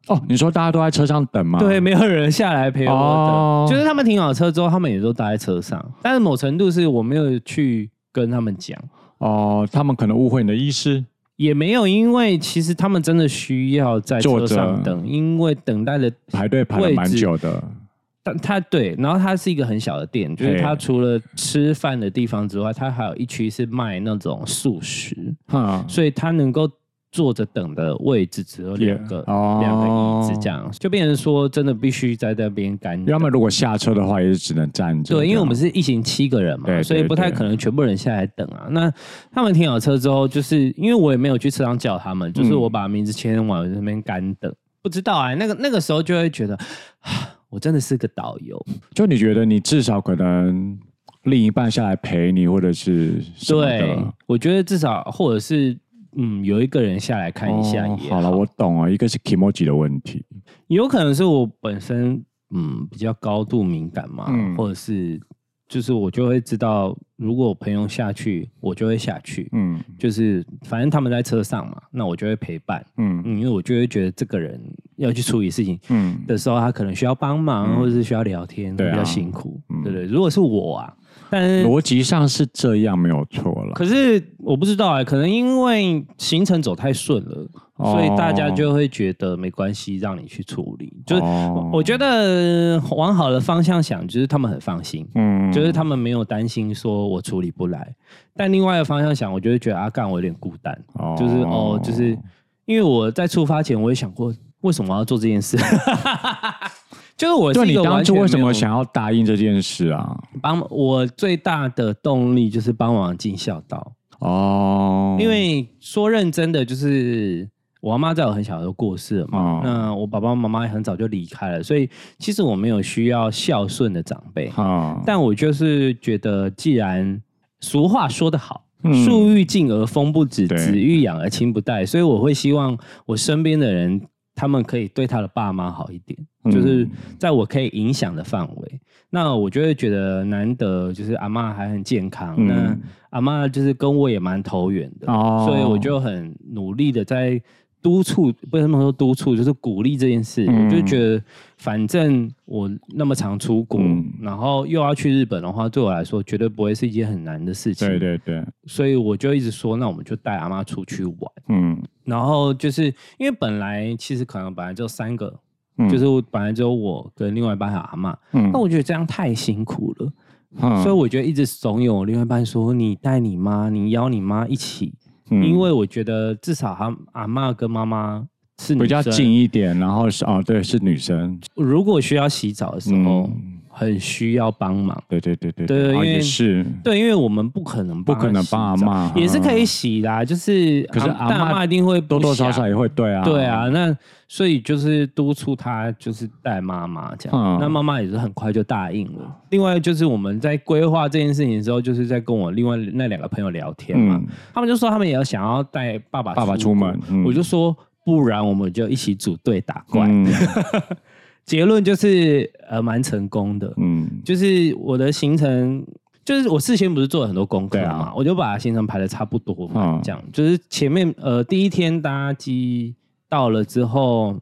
[SPEAKER 1] 哦，你说大家都在车上等吗？
[SPEAKER 2] 对，，没有人下来陪我的，
[SPEAKER 1] 哦
[SPEAKER 2] 就是他们停好车之后，他们也都待在车上，但是某程度是我没有去跟他们讲，
[SPEAKER 1] 哦，他们可能误会你的意思。
[SPEAKER 2] 也没有，因为其实他们真的需要在车
[SPEAKER 1] 坐着
[SPEAKER 2] 上等，因为等待的
[SPEAKER 1] 排队排了蛮久的，
[SPEAKER 2] 但他对，然后它是一个很小的店，就是
[SPEAKER 1] 嘿
[SPEAKER 2] 它除了吃饭的地方之外，它还有一区是卖那种素食，
[SPEAKER 1] 哈，
[SPEAKER 2] 所以它能够坐着等的位置只有两个
[SPEAKER 1] Yeah. 哦
[SPEAKER 2] 两个椅子这样，就变成说真的必须在那边干
[SPEAKER 1] 因为
[SPEAKER 2] 等
[SPEAKER 1] 他们如果下车的话，也是只能站着。
[SPEAKER 2] 对，因为我们是一行七个人嘛，
[SPEAKER 1] 对对
[SPEAKER 2] 所以不太
[SPEAKER 1] 对
[SPEAKER 2] 可能全部人下来等啊。那他们停好车之后，就是因为我也没有去车上叫他们，就是
[SPEAKER 1] 嗯
[SPEAKER 2] 我把名字签完，我在那边干等。不知道哎、那个那个时候就会觉得， 啊我真的是个导游。
[SPEAKER 1] 就你觉得你至少可能另一半下来陪你，或者是什么的
[SPEAKER 2] 对，我觉得至少或者是嗯，有一个人下来看一下
[SPEAKER 1] 哦
[SPEAKER 2] 也
[SPEAKER 1] 好了，我懂了，一个是 emoji 的问题，
[SPEAKER 2] 有可能是我本身嗯比较高度敏感嘛，
[SPEAKER 1] 嗯
[SPEAKER 2] 或者是就是我就会知道，如果我朋友下去，我就会下去。
[SPEAKER 1] 嗯
[SPEAKER 2] 就是反正他们在车上嘛，那我就会陪伴，
[SPEAKER 1] 嗯
[SPEAKER 2] 嗯，因为我就会觉得这个人要去处理事情
[SPEAKER 1] 嗯，
[SPEAKER 2] 的时候，他可能需要帮忙，
[SPEAKER 1] 嗯
[SPEAKER 2] 或者是需要聊天，
[SPEAKER 1] 对啊
[SPEAKER 2] 比较辛苦，
[SPEAKER 1] 嗯
[SPEAKER 2] 对不对？如果是我啊，但是
[SPEAKER 1] 逻辑上是这样没有错了。
[SPEAKER 2] 可是我不知道啊、可能因为行程走太顺了，
[SPEAKER 1] 哦
[SPEAKER 2] 所以大家就会觉得没关系，让你去处理。就是
[SPEAKER 1] 哦
[SPEAKER 2] 我觉得往好的方向想，就是他们很放心，
[SPEAKER 1] 嗯
[SPEAKER 2] 就是他们没有担心说我处理不来。但另外的方向想，我就会觉得阿啊干我有点孤单。就是哦，就是因为我在出发前，我也想过为什么要做这件事， 就是我
[SPEAKER 1] 对啊
[SPEAKER 2] 是一
[SPEAKER 1] 你
[SPEAKER 2] 个
[SPEAKER 1] 当
[SPEAKER 2] 完
[SPEAKER 1] 初
[SPEAKER 2] 全
[SPEAKER 1] 为什
[SPEAKER 2] 没有
[SPEAKER 1] 么想要答应这件事啊？
[SPEAKER 2] 帮我最大的动力就是帮忙尽孝道，
[SPEAKER 1] 哦，
[SPEAKER 2] 因为说认真的就是。我阿妈在我很小就过世了嘛
[SPEAKER 1] 哦，
[SPEAKER 2] 那我爸爸妈妈也很早就离开了，所以其实我没有需要孝顺的长辈，
[SPEAKER 1] 哈，
[SPEAKER 2] 但我就是觉得，既然俗话说得好，
[SPEAKER 1] 嗯
[SPEAKER 2] 树欲静而风不止，
[SPEAKER 1] 对
[SPEAKER 2] 子欲养而亲不待，所以我会希望我身边的人，他们可以对他的爸妈好一点，
[SPEAKER 1] 嗯
[SPEAKER 2] 就是在我可以影响的范围。那我就会觉得难得，就是阿嬷还很健康，
[SPEAKER 1] 嗯
[SPEAKER 2] 那阿嬷就是跟我也蛮投缘的，
[SPEAKER 1] 哦
[SPEAKER 2] 所以我就很努力的在。督促不能说督促，就是鼓励这件事。
[SPEAKER 1] 嗯
[SPEAKER 2] 我就觉得，反正我那么常出国，
[SPEAKER 1] 嗯
[SPEAKER 2] 然后又要去日本的话，对我来说绝对不会是一件很难的事情。
[SPEAKER 1] 对，对对，
[SPEAKER 2] 所以我就一直说，那我们就带阿妈出去玩。
[SPEAKER 1] 嗯，
[SPEAKER 2] 然后就是因为本来其实可能本来就三个，
[SPEAKER 1] 嗯
[SPEAKER 2] 就是我本来只有我跟另外一半还有阿妈，
[SPEAKER 1] 嗯
[SPEAKER 2] 那我觉得这样太辛苦了，
[SPEAKER 1] 哈
[SPEAKER 2] 所以我就一直怂恿我另外一半说，你带你妈，你邀你妈一起，
[SPEAKER 1] 嗯
[SPEAKER 2] 因为我觉得至少他阿妈跟妈妈是女
[SPEAKER 1] 比较
[SPEAKER 2] 生
[SPEAKER 1] 近。一点，然后是哦，对，是女生，
[SPEAKER 2] 如果需要洗澡的时候，
[SPEAKER 1] 嗯
[SPEAKER 2] 很需要帮忙。
[SPEAKER 1] 对对对对
[SPEAKER 2] 对
[SPEAKER 1] 哦
[SPEAKER 2] 因为
[SPEAKER 1] 也是，
[SPEAKER 2] 对，因为我们不可能
[SPEAKER 1] 不可能
[SPEAKER 2] 帮
[SPEAKER 1] 帮
[SPEAKER 2] 她
[SPEAKER 1] 阿
[SPEAKER 2] 洗澡
[SPEAKER 1] 妈，
[SPEAKER 2] 也是可以洗啦，就是
[SPEAKER 1] 可是阿嬷
[SPEAKER 2] 大妈一定会不
[SPEAKER 1] 多多少
[SPEAKER 2] 想
[SPEAKER 1] 少也会对啊，
[SPEAKER 2] 对啊，那所以就是督促他，就是带妈妈这样。
[SPEAKER 1] 嗯
[SPEAKER 2] 那妈妈也是很快就答应了。另外就是我们在规划这件事情的时候，就是在跟我另外那两个朋友聊天嘛，
[SPEAKER 1] 嗯，
[SPEAKER 2] 他们就说他们也要想要带爸爸
[SPEAKER 1] 爸爸出门
[SPEAKER 2] 国
[SPEAKER 1] 嗯
[SPEAKER 2] 我就说不然我们就一起组队打怪。
[SPEAKER 1] 嗯
[SPEAKER 2] 结论就是呃蛮成功的，
[SPEAKER 1] 嗯
[SPEAKER 2] 就是我的行程，就是我事先不是做了很多功课
[SPEAKER 1] 对
[SPEAKER 2] 嘛，
[SPEAKER 1] 啊
[SPEAKER 2] 我就把行程排的差不多嘛，
[SPEAKER 1] 嗯
[SPEAKER 2] 这样就是前面呃第一天搭机到了之后，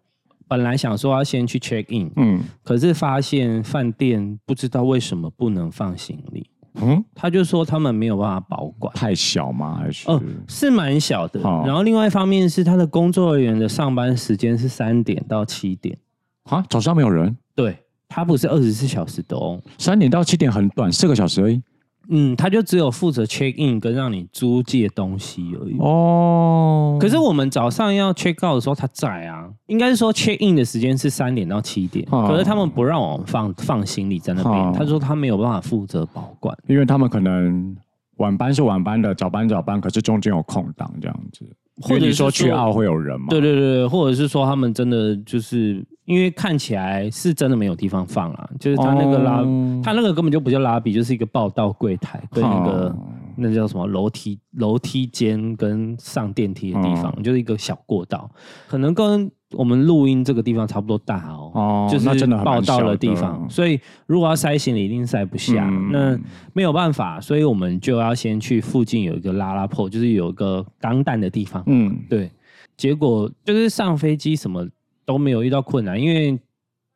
[SPEAKER 2] 本来想说要先去 check in，、
[SPEAKER 1] 嗯
[SPEAKER 2] 可是发现饭店不知道为什么不能放行李，
[SPEAKER 1] 嗯，
[SPEAKER 2] 他就说他们没有办法保管。
[SPEAKER 1] 太小吗？还是哦
[SPEAKER 2] 哦，是蛮小的。
[SPEAKER 1] 好
[SPEAKER 2] 然后另外一方面是他的工作人员的上班时间是三点到七点，
[SPEAKER 1] 啊，早上没有人，
[SPEAKER 2] 对他不是二十四小时的哦。
[SPEAKER 1] 三点到七点很短，四个小时而已。
[SPEAKER 2] 嗯，他就只有负责 check in 跟让你租借东西而已。
[SPEAKER 1] 哦，
[SPEAKER 2] 可是我们早上要 check out 的时候，他在啊，应该是说 check in 的时间是三点到七点，
[SPEAKER 1] 哦
[SPEAKER 2] 可是他们不让我们放放行李在那边，
[SPEAKER 1] 哦
[SPEAKER 2] 他说他没有办法负责保管。
[SPEAKER 1] 因为他们可能晚班是晚班的，早班早班，可是中间有空档这样子。
[SPEAKER 2] 或者
[SPEAKER 1] 因为你
[SPEAKER 2] 是
[SPEAKER 1] 说
[SPEAKER 2] 说
[SPEAKER 1] 去澳会有人嘛？
[SPEAKER 2] 对对对对，或者是说他们真的就是因为看起来是真的没有地方放啊，就是他那个拉，
[SPEAKER 1] 哦
[SPEAKER 2] 他那个根本就不叫拉比，就是一个报到柜台跟那个、
[SPEAKER 1] 哦
[SPEAKER 2] 那叫什么楼梯楼梯间跟上电梯的地方，
[SPEAKER 1] 哦
[SPEAKER 2] 就是一个小过道，可能跟我们录音这个地方差不多大哦。
[SPEAKER 1] 哦，
[SPEAKER 2] 就是
[SPEAKER 1] 那真的很
[SPEAKER 2] 报
[SPEAKER 1] 蛮
[SPEAKER 2] 到
[SPEAKER 1] 小
[SPEAKER 2] 的
[SPEAKER 1] 的
[SPEAKER 2] 地方，所以如果要塞行李，一定塞不下。
[SPEAKER 1] 嗯
[SPEAKER 2] 那没有办法，所以我们就要先去附近有一个拉拉破，就是有一个钢弹的地方，
[SPEAKER 1] 嗯，
[SPEAKER 2] 对，结果就是上飞机什么都没有遇到困难，因为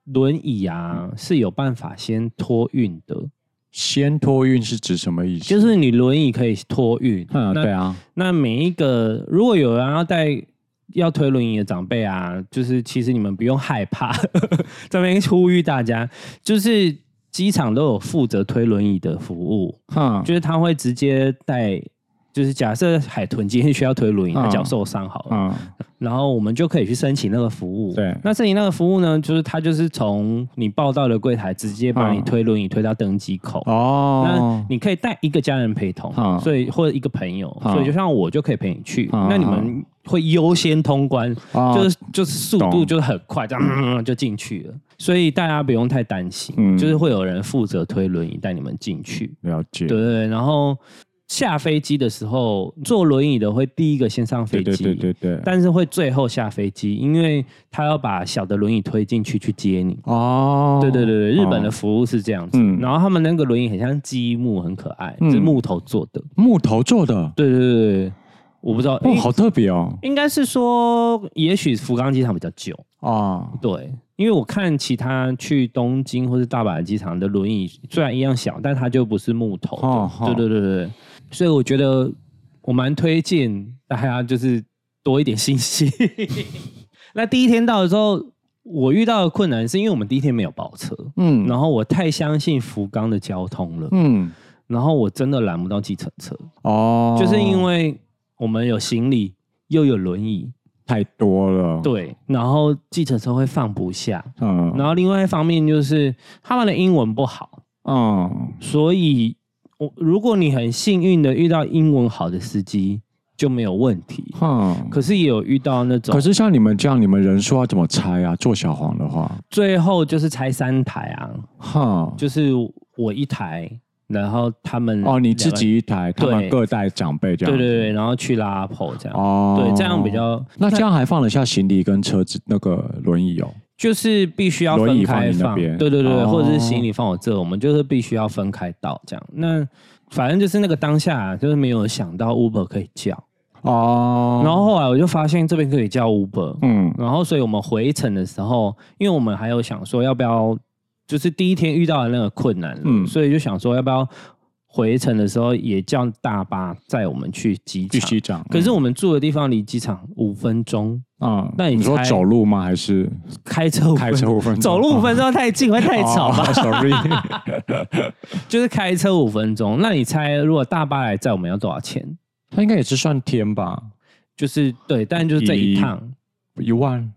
[SPEAKER 2] 轮椅啊
[SPEAKER 1] 嗯
[SPEAKER 2] 是有办法先托运的，
[SPEAKER 1] 先托运是指什么意思？
[SPEAKER 2] 就是你轮椅可以托运。
[SPEAKER 1] 嗯，
[SPEAKER 2] 那
[SPEAKER 1] 对啊，
[SPEAKER 2] 那每一个如果有人要带。要推轮椅的长辈啊，就是其实你们不用害怕， 这边呼吁大家，就是机场都有负责推轮椅的服务，
[SPEAKER 1] 哼，
[SPEAKER 2] 就是他会直接带，就是假设海豚今天需要推轮椅，他
[SPEAKER 1] 嗯
[SPEAKER 2] 脚受伤好了，
[SPEAKER 1] 嗯
[SPEAKER 2] 然后我们就可以去申请那个服务。
[SPEAKER 1] 对
[SPEAKER 2] 那申请那个服务呢，就是他就是从你报到的柜台直接把你
[SPEAKER 1] 嗯
[SPEAKER 2] 推轮椅推到登机口。那
[SPEAKER 1] 哦，
[SPEAKER 2] 你可以带一个家人陪同，
[SPEAKER 1] 嗯
[SPEAKER 2] 所以或者一个朋友，
[SPEAKER 1] 嗯
[SPEAKER 2] 所以就像我就可以陪你去。
[SPEAKER 1] 嗯
[SPEAKER 2] 那你们会优先通关，
[SPEAKER 1] 哦
[SPEAKER 2] 就是就是速度
[SPEAKER 1] 懂
[SPEAKER 2] 就是很快，这样、嗯就进去了。所以大家不用太担心，
[SPEAKER 1] 嗯
[SPEAKER 2] 就是会有人负责推轮椅带你们进去。
[SPEAKER 1] 了解，
[SPEAKER 2] 对对对，然后下飞机的时候，坐轮椅的会第一个先上飞
[SPEAKER 1] 对
[SPEAKER 2] 机，
[SPEAKER 1] 对对对对，
[SPEAKER 2] 但是会最后下飞机，因为他要把小的轮椅推进去去接你。
[SPEAKER 1] 哦，
[SPEAKER 2] 对对对对，日本的
[SPEAKER 1] 哦
[SPEAKER 2] 服务是这样子。
[SPEAKER 1] 嗯
[SPEAKER 2] 然后他们那个轮椅很像积木，很可爱，
[SPEAKER 1] 嗯
[SPEAKER 2] 是木头做的。
[SPEAKER 1] 木头做的，
[SPEAKER 2] 对对对对，我不知道，
[SPEAKER 1] 哦，
[SPEAKER 2] 诶
[SPEAKER 1] 好特别哦，
[SPEAKER 2] 应该是说，也许福冈机场比较久。
[SPEAKER 1] 啊，
[SPEAKER 2] 对，因为我看其他去东京或是大阪的机场的轮椅，虽然一样小，但它就不是木头的。
[SPEAKER 1] 哦哦
[SPEAKER 2] 对对对对对，所以我觉得我蛮推荐大家就是多一点 信息。那第一天到的时候，我遇到的困难是因为我们第一天没有包车，
[SPEAKER 1] 嗯
[SPEAKER 2] 然后我太相信福冈的交通了，
[SPEAKER 1] 嗯，
[SPEAKER 2] 然后我真的拦不到计程车，
[SPEAKER 1] 哦，
[SPEAKER 2] 就是因为我们有行李又有轮椅，
[SPEAKER 1] 太多了，，
[SPEAKER 2] 对，然后计程车会放不下，
[SPEAKER 1] 嗯
[SPEAKER 2] 然后另外一方面就是他们的英文不好，
[SPEAKER 1] 嗯。
[SPEAKER 2] 所以我如果你很幸运的遇到英文好的司机就没有问题。
[SPEAKER 1] 哼，
[SPEAKER 2] 可是也有遇到那种，
[SPEAKER 1] 嗯可是像你们这样，你们人数要怎么拆啊？做小黄的话，
[SPEAKER 2] 最后就是拆三台啊，
[SPEAKER 1] 哈，
[SPEAKER 2] 就是我一台，然后他们
[SPEAKER 1] 哦，你自
[SPEAKER 2] 两个
[SPEAKER 1] 己一台，他
[SPEAKER 2] 对
[SPEAKER 1] 们各带长辈这
[SPEAKER 2] 对
[SPEAKER 1] 样，
[SPEAKER 2] 对，对，然后去拉婆这样，
[SPEAKER 1] 哦，
[SPEAKER 2] 对，这样比较
[SPEAKER 1] 那这样还放得下行李跟车子那个轮椅哦？
[SPEAKER 2] 就是必须要
[SPEAKER 1] 轮
[SPEAKER 2] 分
[SPEAKER 1] 椅放
[SPEAKER 2] 开
[SPEAKER 1] 你那
[SPEAKER 2] 放，对
[SPEAKER 1] 边
[SPEAKER 2] 对对，对
[SPEAKER 1] 哦
[SPEAKER 2] 或者是行李放我这，我们就是必须要分开到这样。那反正就是那个当下啊就是没有想到 Uber 可以叫，
[SPEAKER 1] 哦，
[SPEAKER 2] 然后后来我就发现这边可以叫 Uber，、
[SPEAKER 1] 嗯
[SPEAKER 2] 然后所以我们回程的时候，因为我们还有想说要不要，就是第一天遇到的那个困难，嗯，
[SPEAKER 1] 嗯
[SPEAKER 2] 所以就想说要不要回程的时候也叫大巴载我们去机
[SPEAKER 1] 去嗯
[SPEAKER 2] 场。
[SPEAKER 1] 西藏，
[SPEAKER 2] 可是我们住的地方离机场五分钟，
[SPEAKER 1] 啊，
[SPEAKER 2] 那你
[SPEAKER 1] 说
[SPEAKER 2] 猜
[SPEAKER 1] 走路吗？还是
[SPEAKER 2] 开车五分
[SPEAKER 1] 开车
[SPEAKER 2] 钟，
[SPEAKER 1] 五分钟？
[SPEAKER 2] 走路五分钟太近会太吵吧？
[SPEAKER 1] 哦 ？Sorry，
[SPEAKER 2] 就是开车五分钟，那你猜如果大巴来载我们要多少钱？
[SPEAKER 1] 他应该也是算天吧？
[SPEAKER 2] 就是对，但就是这一
[SPEAKER 1] 以
[SPEAKER 2] 趟
[SPEAKER 1] 一万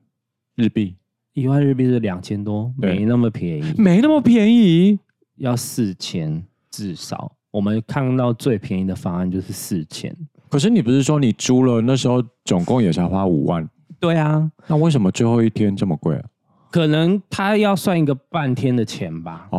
[SPEAKER 1] 日币，
[SPEAKER 2] 一万日币是两千多，
[SPEAKER 1] 对
[SPEAKER 2] 没那么便宜，
[SPEAKER 1] 没那么便宜。
[SPEAKER 2] 要四千至少。我们看到最便宜的方案就是四千。
[SPEAKER 1] 可是你不是说你租了那时候总共也才花五万，
[SPEAKER 2] 对啊，
[SPEAKER 1] 那为什么最后一天这么贵啊？
[SPEAKER 2] 可能他要算一个半天的钱吧，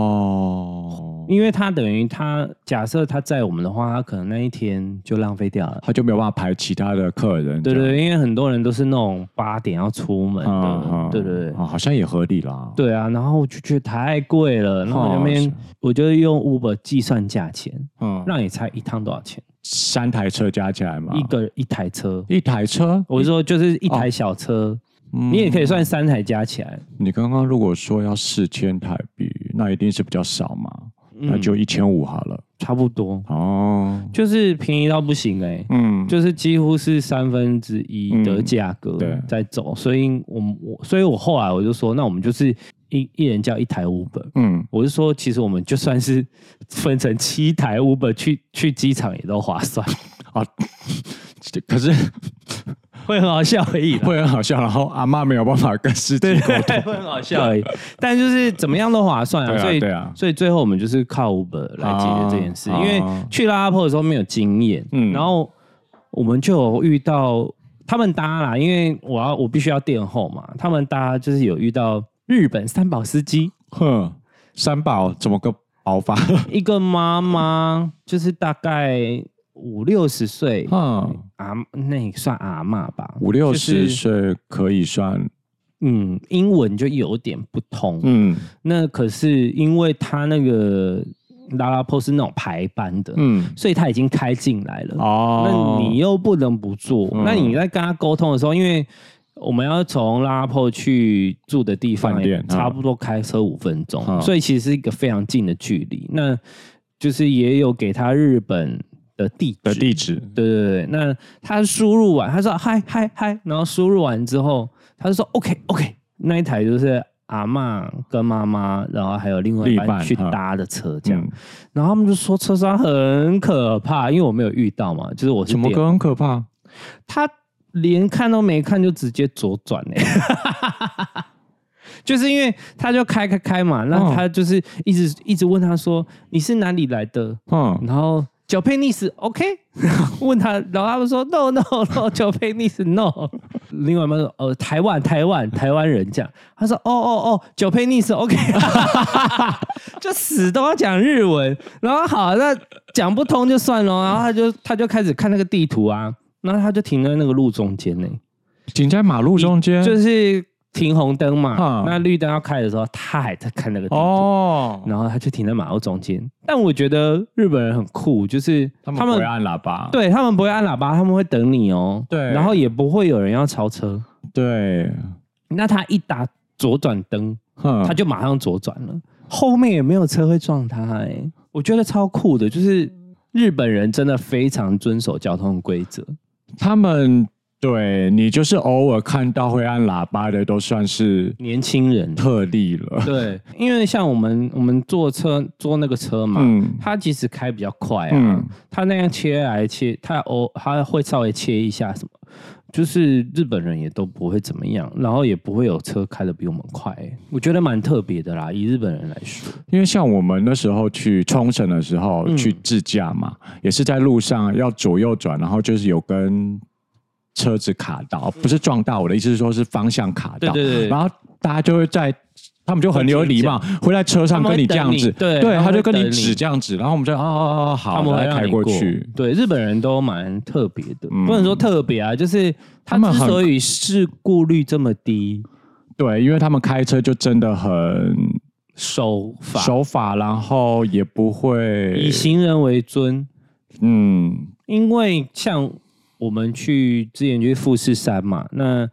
[SPEAKER 1] 哦，
[SPEAKER 2] 因为他等于他假设他载我们的话，他可能那一天就浪费掉了。
[SPEAKER 1] 他就没有办法排其他的客人。
[SPEAKER 2] 对
[SPEAKER 1] 这样
[SPEAKER 2] 对，对因为很多人都是那种八点要出门的，对对对
[SPEAKER 1] 啊，好像也合理啦。
[SPEAKER 2] 对啊，然后我就觉得太贵了，然后我那
[SPEAKER 1] 哦
[SPEAKER 2] 边
[SPEAKER 1] 是
[SPEAKER 2] 我就用 Uber 计算价钱，
[SPEAKER 1] 嗯，那
[SPEAKER 2] 让你猜一趟多少钱，
[SPEAKER 1] 三台车加起来嘛，
[SPEAKER 2] 一个一台车，
[SPEAKER 1] 一台车，
[SPEAKER 2] 我是说就是一台小车，
[SPEAKER 1] 嗯
[SPEAKER 2] 你也可以算三台加起来，
[SPEAKER 1] 你刚刚如果说要四千台币，那一定是比较少嘛，那
[SPEAKER 2] 嗯
[SPEAKER 1] 就一千五好了。
[SPEAKER 2] 差不多，
[SPEAKER 1] 哦，
[SPEAKER 2] 就是便宜到不行哎、
[SPEAKER 1] 嗯，
[SPEAKER 2] 就是几乎是三分之一的价格
[SPEAKER 1] 对
[SPEAKER 2] 在走，所以我们我所以我后来我就说，那我们就是一一人叫一台 Uber。
[SPEAKER 1] 嗯，
[SPEAKER 2] 我是说，其实我们就算是分成七台 Uber 去去机场也都划算，
[SPEAKER 1] 这啊 可是
[SPEAKER 2] 会很好笑而已啦。
[SPEAKER 1] 会很好笑，然后阿妈没有办法跟司机 沟通。
[SPEAKER 2] 对，会很好笑而已。但就是怎么样都划算
[SPEAKER 1] 对
[SPEAKER 2] 啊，
[SPEAKER 1] 啊
[SPEAKER 2] 所以
[SPEAKER 1] 对啊
[SPEAKER 2] 所以最后我们就是靠 Uber 来解决这件事，
[SPEAKER 1] 啊
[SPEAKER 2] 因为去拉拉坡的时候没有经验，
[SPEAKER 1] 嗯
[SPEAKER 2] 然后我们就有遇到他们搭啦，因为我要我必须要垫后嘛，他们搭就是有遇到日本三宝 司机，
[SPEAKER 1] 哼，三宝怎么个爆发？
[SPEAKER 2] 一个妈妈就是大概五六十岁。
[SPEAKER 1] 哼，
[SPEAKER 2] 阿那也算阿嬷吧，
[SPEAKER 1] 五六十
[SPEAKER 2] 就是
[SPEAKER 1] 岁可以算，
[SPEAKER 2] 嗯，英文就有点不通，
[SPEAKER 1] 嗯
[SPEAKER 2] 那可是因为他那个拉拉坡是那种排班的，
[SPEAKER 1] 嗯，
[SPEAKER 2] 所以他已经开进来了。
[SPEAKER 1] 哦，
[SPEAKER 2] 那你又不能不做。
[SPEAKER 1] 嗯
[SPEAKER 2] 那你在跟他沟通的时候，因为我们要从拉拉坡去住的地方
[SPEAKER 1] 饭店啊
[SPEAKER 2] 差不多开车五分钟，
[SPEAKER 1] 啊
[SPEAKER 2] 所以其实是一个非常近的距离。那就是也有给他日本的地址
[SPEAKER 1] 的地址，
[SPEAKER 2] 对对对，那他输入完，他说嗨嗨嗨，然后输入完之后，他就说 OK OK，那一台就是阿嬷跟妈妈，然后还有另外
[SPEAKER 1] 另
[SPEAKER 2] 一
[SPEAKER 1] 一半
[SPEAKER 2] 班去
[SPEAKER 1] 哈
[SPEAKER 2] 搭的车这样，
[SPEAKER 1] 嗯，
[SPEAKER 2] 然后他们就说车上很可怕，因为我没有遇到嘛，就是我是
[SPEAKER 1] 怎么
[SPEAKER 2] 点
[SPEAKER 1] 个很可怕？
[SPEAKER 2] 他连看都没看就直接左转哎、 就是因为他就开开开嘛，那
[SPEAKER 1] 哦
[SPEAKER 2] 他就是一直、一直问他说你是哪里来的，
[SPEAKER 1] 嗯，
[SPEAKER 2] 然后脚配 nis OK，问 他，然后他们说 no no no 脚配 nis no，另外 一半说呃台湾台湾台湾人讲，他说哦哦哦脚配 nis OK，就死都要讲日文，然后好那讲不通就算了，然后他就他就开始看那个地图啊，然后他就停在那个路中间呢、
[SPEAKER 1] 停在马路中间，
[SPEAKER 2] 就是停红灯
[SPEAKER 1] 啊
[SPEAKER 2] 嘛，那绿灯要开的时候，他还在看那个地图。
[SPEAKER 1] 哦，
[SPEAKER 2] 然后他就停在马路中间。但我觉得日本人很酷，就是
[SPEAKER 1] 他们不会按喇叭，
[SPEAKER 2] 对他们不会按喇叭，他们会等你哦。
[SPEAKER 1] 对
[SPEAKER 2] 然后也不会有人要超车。
[SPEAKER 1] 对，
[SPEAKER 2] 那他一打左转灯，
[SPEAKER 1] 哼，
[SPEAKER 2] 他就马上左转了，后面也没有车会撞他、哎，我觉得超酷的，就是日本人真的非常遵守交通规则。
[SPEAKER 1] 他们对你就是偶尔看到会按喇叭的，都算是
[SPEAKER 2] 年轻人
[SPEAKER 1] 特例了。
[SPEAKER 2] 对，因为像我们我们坐车坐那个车嘛，
[SPEAKER 1] 嗯
[SPEAKER 2] 他其实开比较快啊，
[SPEAKER 1] 嗯
[SPEAKER 2] 他那样切来切，他偶他会稍微切一下什么，就是日本人也都不会怎么样，然后也不会有车开的比我们快、欸我觉得蛮特别的啦，以日本人来说，
[SPEAKER 1] 因为像我们那时候去冲绳的时候、
[SPEAKER 2] 嗯
[SPEAKER 1] 去自驾嘛，也是在路上要左右转，然后就是有跟车子卡到，不是撞到，我的意思是说是方向卡到，
[SPEAKER 2] 嗯对对对
[SPEAKER 1] 然后大家就会在。他们就很有礼貌，会在车上跟你这样子，
[SPEAKER 2] 他们会等你对
[SPEAKER 1] 对，
[SPEAKER 2] 他们
[SPEAKER 1] 他
[SPEAKER 2] 会
[SPEAKER 1] 就跟你
[SPEAKER 2] 等你
[SPEAKER 1] 指这样子，然后我们就哦哦哦，好，
[SPEAKER 2] 他们会
[SPEAKER 1] 来
[SPEAKER 2] 让
[SPEAKER 1] 开
[SPEAKER 2] 你
[SPEAKER 1] 过
[SPEAKER 2] 过
[SPEAKER 1] 去，
[SPEAKER 2] 对，日本人都蛮特别的，
[SPEAKER 1] 嗯
[SPEAKER 2] 不能说特别啊，就是他
[SPEAKER 1] 他们
[SPEAKER 2] 之
[SPEAKER 1] 很
[SPEAKER 2] 所以事故率这么低，
[SPEAKER 1] 对，因为他们开车就真的很
[SPEAKER 2] 守法。
[SPEAKER 1] 守法，然后也不会
[SPEAKER 2] 以，行人为尊，
[SPEAKER 1] 嗯，
[SPEAKER 2] 因为像我们去之前去富士山嘛，那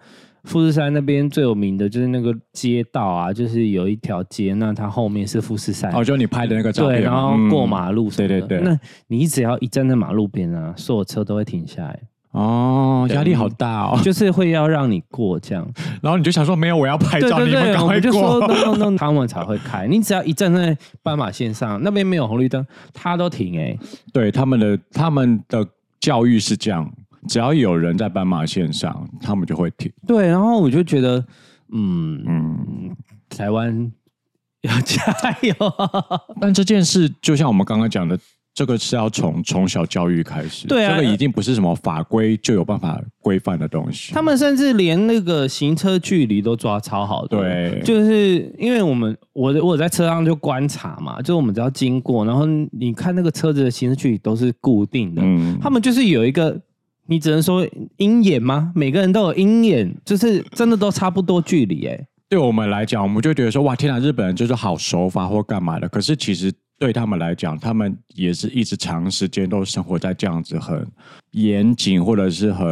[SPEAKER 2] 富士山那边最有名的就是那个街道啊，就是有一条街，那它后面是富士山，
[SPEAKER 1] 哦，就你拍的那个照
[SPEAKER 2] 对，
[SPEAKER 1] 片，
[SPEAKER 2] 然后
[SPEAKER 1] 嗯
[SPEAKER 2] 过马路什么的、
[SPEAKER 1] 对对对
[SPEAKER 2] 那你只要一站在马路边啊，所有车都会停下来，
[SPEAKER 1] 哦，压力好大哦，
[SPEAKER 2] 就是会要让你过这样。
[SPEAKER 1] 然后你就想说没有，我要拍
[SPEAKER 2] 对
[SPEAKER 1] 照，
[SPEAKER 2] 对
[SPEAKER 1] 你们
[SPEAKER 2] 对，
[SPEAKER 1] 赶
[SPEAKER 2] 我
[SPEAKER 1] 快
[SPEAKER 2] 们就说
[SPEAKER 1] 过，
[SPEAKER 2] no no no，他们才会开。你只要一站在斑马线上，那边没有红绿灯，他都停哎、
[SPEAKER 1] 对他们的他们的教育是这样，只要有人在斑马线上，他们就会停。
[SPEAKER 2] 对，然后我就觉得，嗯嗯，台湾要加油。
[SPEAKER 1] 但这件事就像我们刚刚讲的，这个是要从从小教育开始，
[SPEAKER 2] 对啊
[SPEAKER 1] 这个一定不是什么法规就有办法规范的东西。
[SPEAKER 2] 他们甚至连那个行车距离都抓超好的，
[SPEAKER 1] 对
[SPEAKER 2] 就是因为我们我我在车上就观察嘛，就是我们只要经过，然后你看那个车子的行驶距离都是固定的，
[SPEAKER 1] 嗯
[SPEAKER 2] 他们就是有一个，你只能说鹰眼吗？每个人都有鹰眼，就是真的都差不多距离、欸，
[SPEAKER 1] 对我们来讲，我们就觉得说，哇，天哪，日本人就是好守法或干嘛的。可是其实对他们来讲，他们也是一直长时间都生活在这样子很严谨或者是很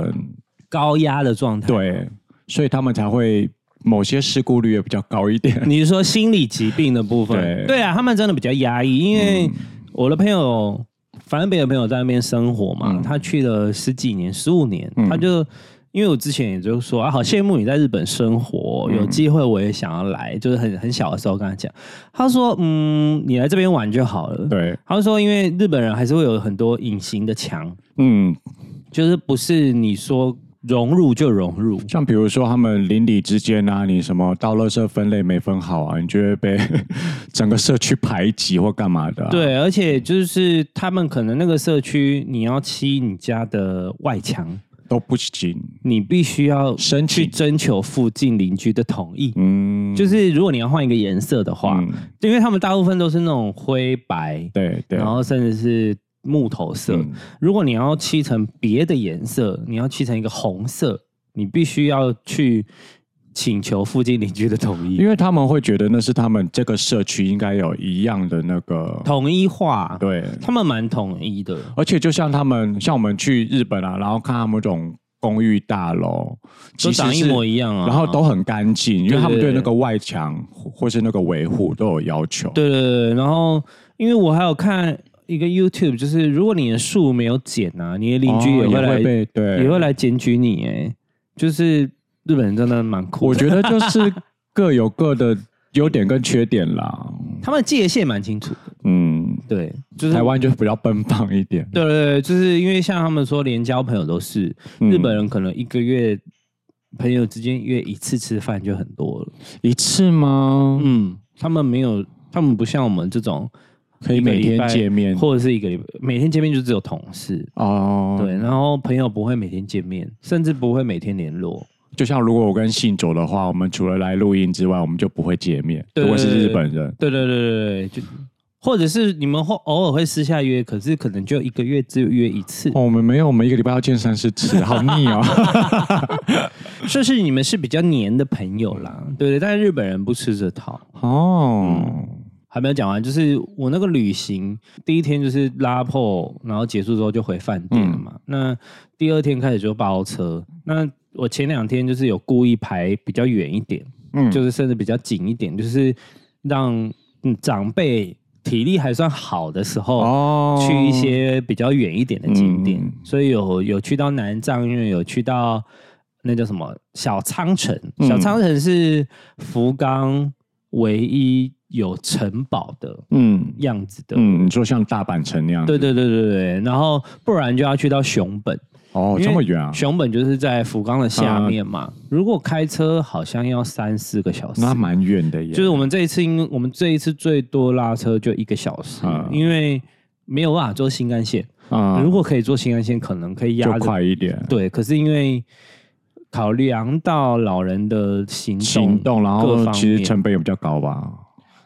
[SPEAKER 2] 高压的状 态。，
[SPEAKER 1] 对，所以他们才会某些事故率也比较高一 点。
[SPEAKER 2] 你是说心理疾病的部分？
[SPEAKER 1] 对嗯
[SPEAKER 2] 啊，他们真的比较压抑，因为我的朋友，反正别的朋友在那边生活嘛，
[SPEAKER 1] 嗯
[SPEAKER 2] 他去了十几年、十五年，他就。因为我之前也就说啊，好羡慕你在日本生活，
[SPEAKER 1] 嗯
[SPEAKER 2] 有机会我也想要来，就是很很小的时候跟他讲，他说嗯，你来这边玩就好了。
[SPEAKER 1] 对，
[SPEAKER 2] 他就说，因为日本人还是会有很多隐形的墙，
[SPEAKER 1] 嗯，
[SPEAKER 2] 就是不是你说融入就融入。
[SPEAKER 1] 像比如说他们邻里之间啊，你什么到垃圾分类没分好啊，你就会被 整个社区排挤或干嘛的啊、
[SPEAKER 2] 对，而且就是他们可能那个社区，你要漆你家的外墙，
[SPEAKER 1] 都不行。
[SPEAKER 2] 你必须要
[SPEAKER 1] 申
[SPEAKER 2] 去
[SPEAKER 1] 请
[SPEAKER 2] 征求附近邻居的同意。
[SPEAKER 1] 嗯，
[SPEAKER 2] 就是如果你要换一个颜色的话，
[SPEAKER 1] 嗯
[SPEAKER 2] 因为他们大部分都是那种灰白，
[SPEAKER 1] 对对，
[SPEAKER 2] 然后甚至是木头色。
[SPEAKER 1] 嗯
[SPEAKER 2] 如果你要漆成别的颜色，你要漆成一个红色，你必须要去请求附近邻居的同意，
[SPEAKER 1] 因为他们会觉得那是他们这个社区应该有一样的那个
[SPEAKER 2] 统一化。
[SPEAKER 1] 对，
[SPEAKER 2] 他们蛮统一的。
[SPEAKER 1] 而且就像他们像我们去日本啊，然后看他们这种公寓大楼，即
[SPEAKER 2] 都
[SPEAKER 1] 使
[SPEAKER 2] 长一
[SPEAKER 1] 是
[SPEAKER 2] 模一样啊
[SPEAKER 1] 然后都很干净，因为他们
[SPEAKER 2] 对对
[SPEAKER 1] 对
[SPEAKER 2] 对
[SPEAKER 1] 那个外墙或或是那个维护都有要求。
[SPEAKER 2] 对对对，对然后因为我还有看一个 YouTube，就是如果你的树没有剪啊，你的邻居
[SPEAKER 1] 哦
[SPEAKER 2] 也会
[SPEAKER 1] 也
[SPEAKER 2] 来，
[SPEAKER 1] 会被对，
[SPEAKER 2] 也会来检举你。哎，就是日本人真的蛮酷
[SPEAKER 1] 我
[SPEAKER 2] 的，
[SPEAKER 1] 觉得就是 各有各的优点跟缺点啦。
[SPEAKER 2] 他们界限蛮清楚的。
[SPEAKER 1] 嗯，
[SPEAKER 2] 对，就是
[SPEAKER 1] 台湾就比较奔放一点。
[SPEAKER 2] 对对对，就是因为像他们说，连交朋友都是、
[SPEAKER 1] 嗯
[SPEAKER 2] 日本人，可能一个月朋友之间约一次吃饭就很多了。
[SPEAKER 1] 一次吗？
[SPEAKER 2] 嗯，他们没有，他们不像我们这种
[SPEAKER 1] 嗯可以
[SPEAKER 2] 一个
[SPEAKER 1] 每
[SPEAKER 2] 礼
[SPEAKER 1] 天
[SPEAKER 2] 拜
[SPEAKER 1] 见面
[SPEAKER 2] 或者是一个礼拜每天见面就只有同事。
[SPEAKER 1] 哦。
[SPEAKER 2] 对，然后朋友不会每天见面，甚至不会每天联络。
[SPEAKER 1] 就像如果我跟信卓的话，我们除了来录音之外，我们就不会见面。
[SPEAKER 2] 对
[SPEAKER 1] 如果是日本人，
[SPEAKER 2] 对对对对对，就或者是你们会偶尔会私下约，可是可能就一个月只有约一次。
[SPEAKER 1] 哦，我们没有，我们一个礼拜要见三四次，好腻哦。
[SPEAKER 2] 说是你们是比较黏的朋友啦，对对，但是日本人不吃这套。
[SPEAKER 1] 哦，
[SPEAKER 2] 还没有讲完，就是我那个旅行第一天就是拉破，然后结束之后就回饭店了嘛。那第二天开始就包车。那我前两天就是有故意排比较远一点，
[SPEAKER 1] 嗯，
[SPEAKER 2] 就是甚至比较紧一点，就是让嗯长辈体力还算好的时候。
[SPEAKER 1] 哦
[SPEAKER 2] 去一些比较远一点的景点，
[SPEAKER 1] 嗯
[SPEAKER 2] 所以有有去到南藏，因为有去到那叫什么小仓城，
[SPEAKER 1] 嗯
[SPEAKER 2] 小仓城是福冈唯一有城堡的
[SPEAKER 1] 嗯
[SPEAKER 2] 样子的。
[SPEAKER 1] 嗯，你说像大阪城那样，
[SPEAKER 2] 对，对对对对，然后不然就要去到熊本，
[SPEAKER 1] 哦，
[SPEAKER 2] 因为
[SPEAKER 1] 这么远啊，
[SPEAKER 2] 熊本就是在福冈的下面嘛。如果开车好像要三四个小时，
[SPEAKER 1] 那蛮远的耶。
[SPEAKER 2] 就是我们这一次，因为我们这一次最多拉车就一个小时，
[SPEAKER 1] 啊
[SPEAKER 2] 因为没有办法坐新干线。
[SPEAKER 1] 啊
[SPEAKER 2] 如，果可以坐新干线，可能可以压
[SPEAKER 1] 就
[SPEAKER 2] 着。
[SPEAKER 1] 快一点，
[SPEAKER 2] 对，可是因为考量到老人的行动，
[SPEAKER 1] 行动，然
[SPEAKER 2] 各
[SPEAKER 1] 后
[SPEAKER 2] 方
[SPEAKER 1] 其实
[SPEAKER 2] 面
[SPEAKER 1] 成本也比较高吧。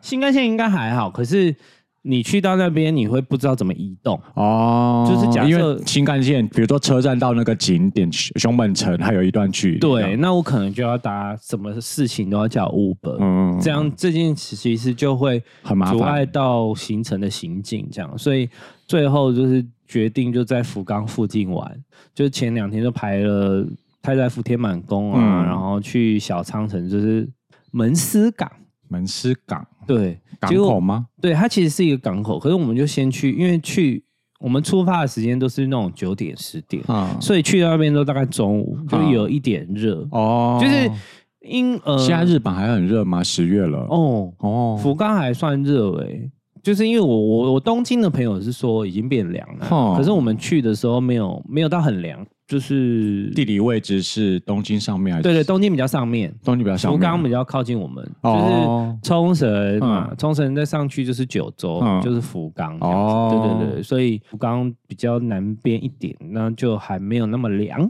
[SPEAKER 2] 新干线应该还好，可是你去到那边，你会不知道怎么移动。
[SPEAKER 1] 哦，
[SPEAKER 2] 就是假设
[SPEAKER 1] 因为新干线，比如说车站到那个景点熊本城，还有一段距离。啊
[SPEAKER 2] 对，，那我可能就要搭什么事情都要叫 Uber，、
[SPEAKER 1] 嗯，
[SPEAKER 2] 这样这件事其实就会
[SPEAKER 1] 很麻
[SPEAKER 2] 阻
[SPEAKER 1] 烦。
[SPEAKER 2] 碍到行程的行进，这样，所以最后就是决定就在福冈附近玩，就前两天就排了太宰府天满宫啊，
[SPEAKER 1] 嗯
[SPEAKER 2] 然后去小仓城，就是门司港，
[SPEAKER 1] 门司港
[SPEAKER 2] 对，
[SPEAKER 1] 港
[SPEAKER 2] 结
[SPEAKER 1] 口
[SPEAKER 2] 果
[SPEAKER 1] 吗？
[SPEAKER 2] 对它其实是一个港口，可是我们就先去，因为去我们出发的时间都是那种九点十点，
[SPEAKER 1] 啊，
[SPEAKER 2] 所以去到那边都大概中午，就有一点热，
[SPEAKER 1] 嗯哦，
[SPEAKER 2] 就是因呃，
[SPEAKER 1] 现在日本还很热吗？十月了。
[SPEAKER 2] 哦，
[SPEAKER 1] 哦，
[SPEAKER 2] 福冈还算热诶、就是因为我我我东京的朋友是说已经变凉了，
[SPEAKER 1] 哦
[SPEAKER 2] 可是我们去的时候没有没有到很凉，就是
[SPEAKER 1] 地理位置是东京上面还是？
[SPEAKER 2] 对对，东京比较上面，
[SPEAKER 1] 东京比较上
[SPEAKER 2] 福
[SPEAKER 1] 面。
[SPEAKER 2] 冈比较靠近我们，
[SPEAKER 1] 哦
[SPEAKER 2] 就是冲绳嘛，
[SPEAKER 1] 嗯
[SPEAKER 2] 冲绳再上去就是九州，
[SPEAKER 1] 嗯
[SPEAKER 2] 就是福冈这样子。
[SPEAKER 1] 哦
[SPEAKER 2] 对对对，所以福冈比较南边一点，那就还没有那么凉。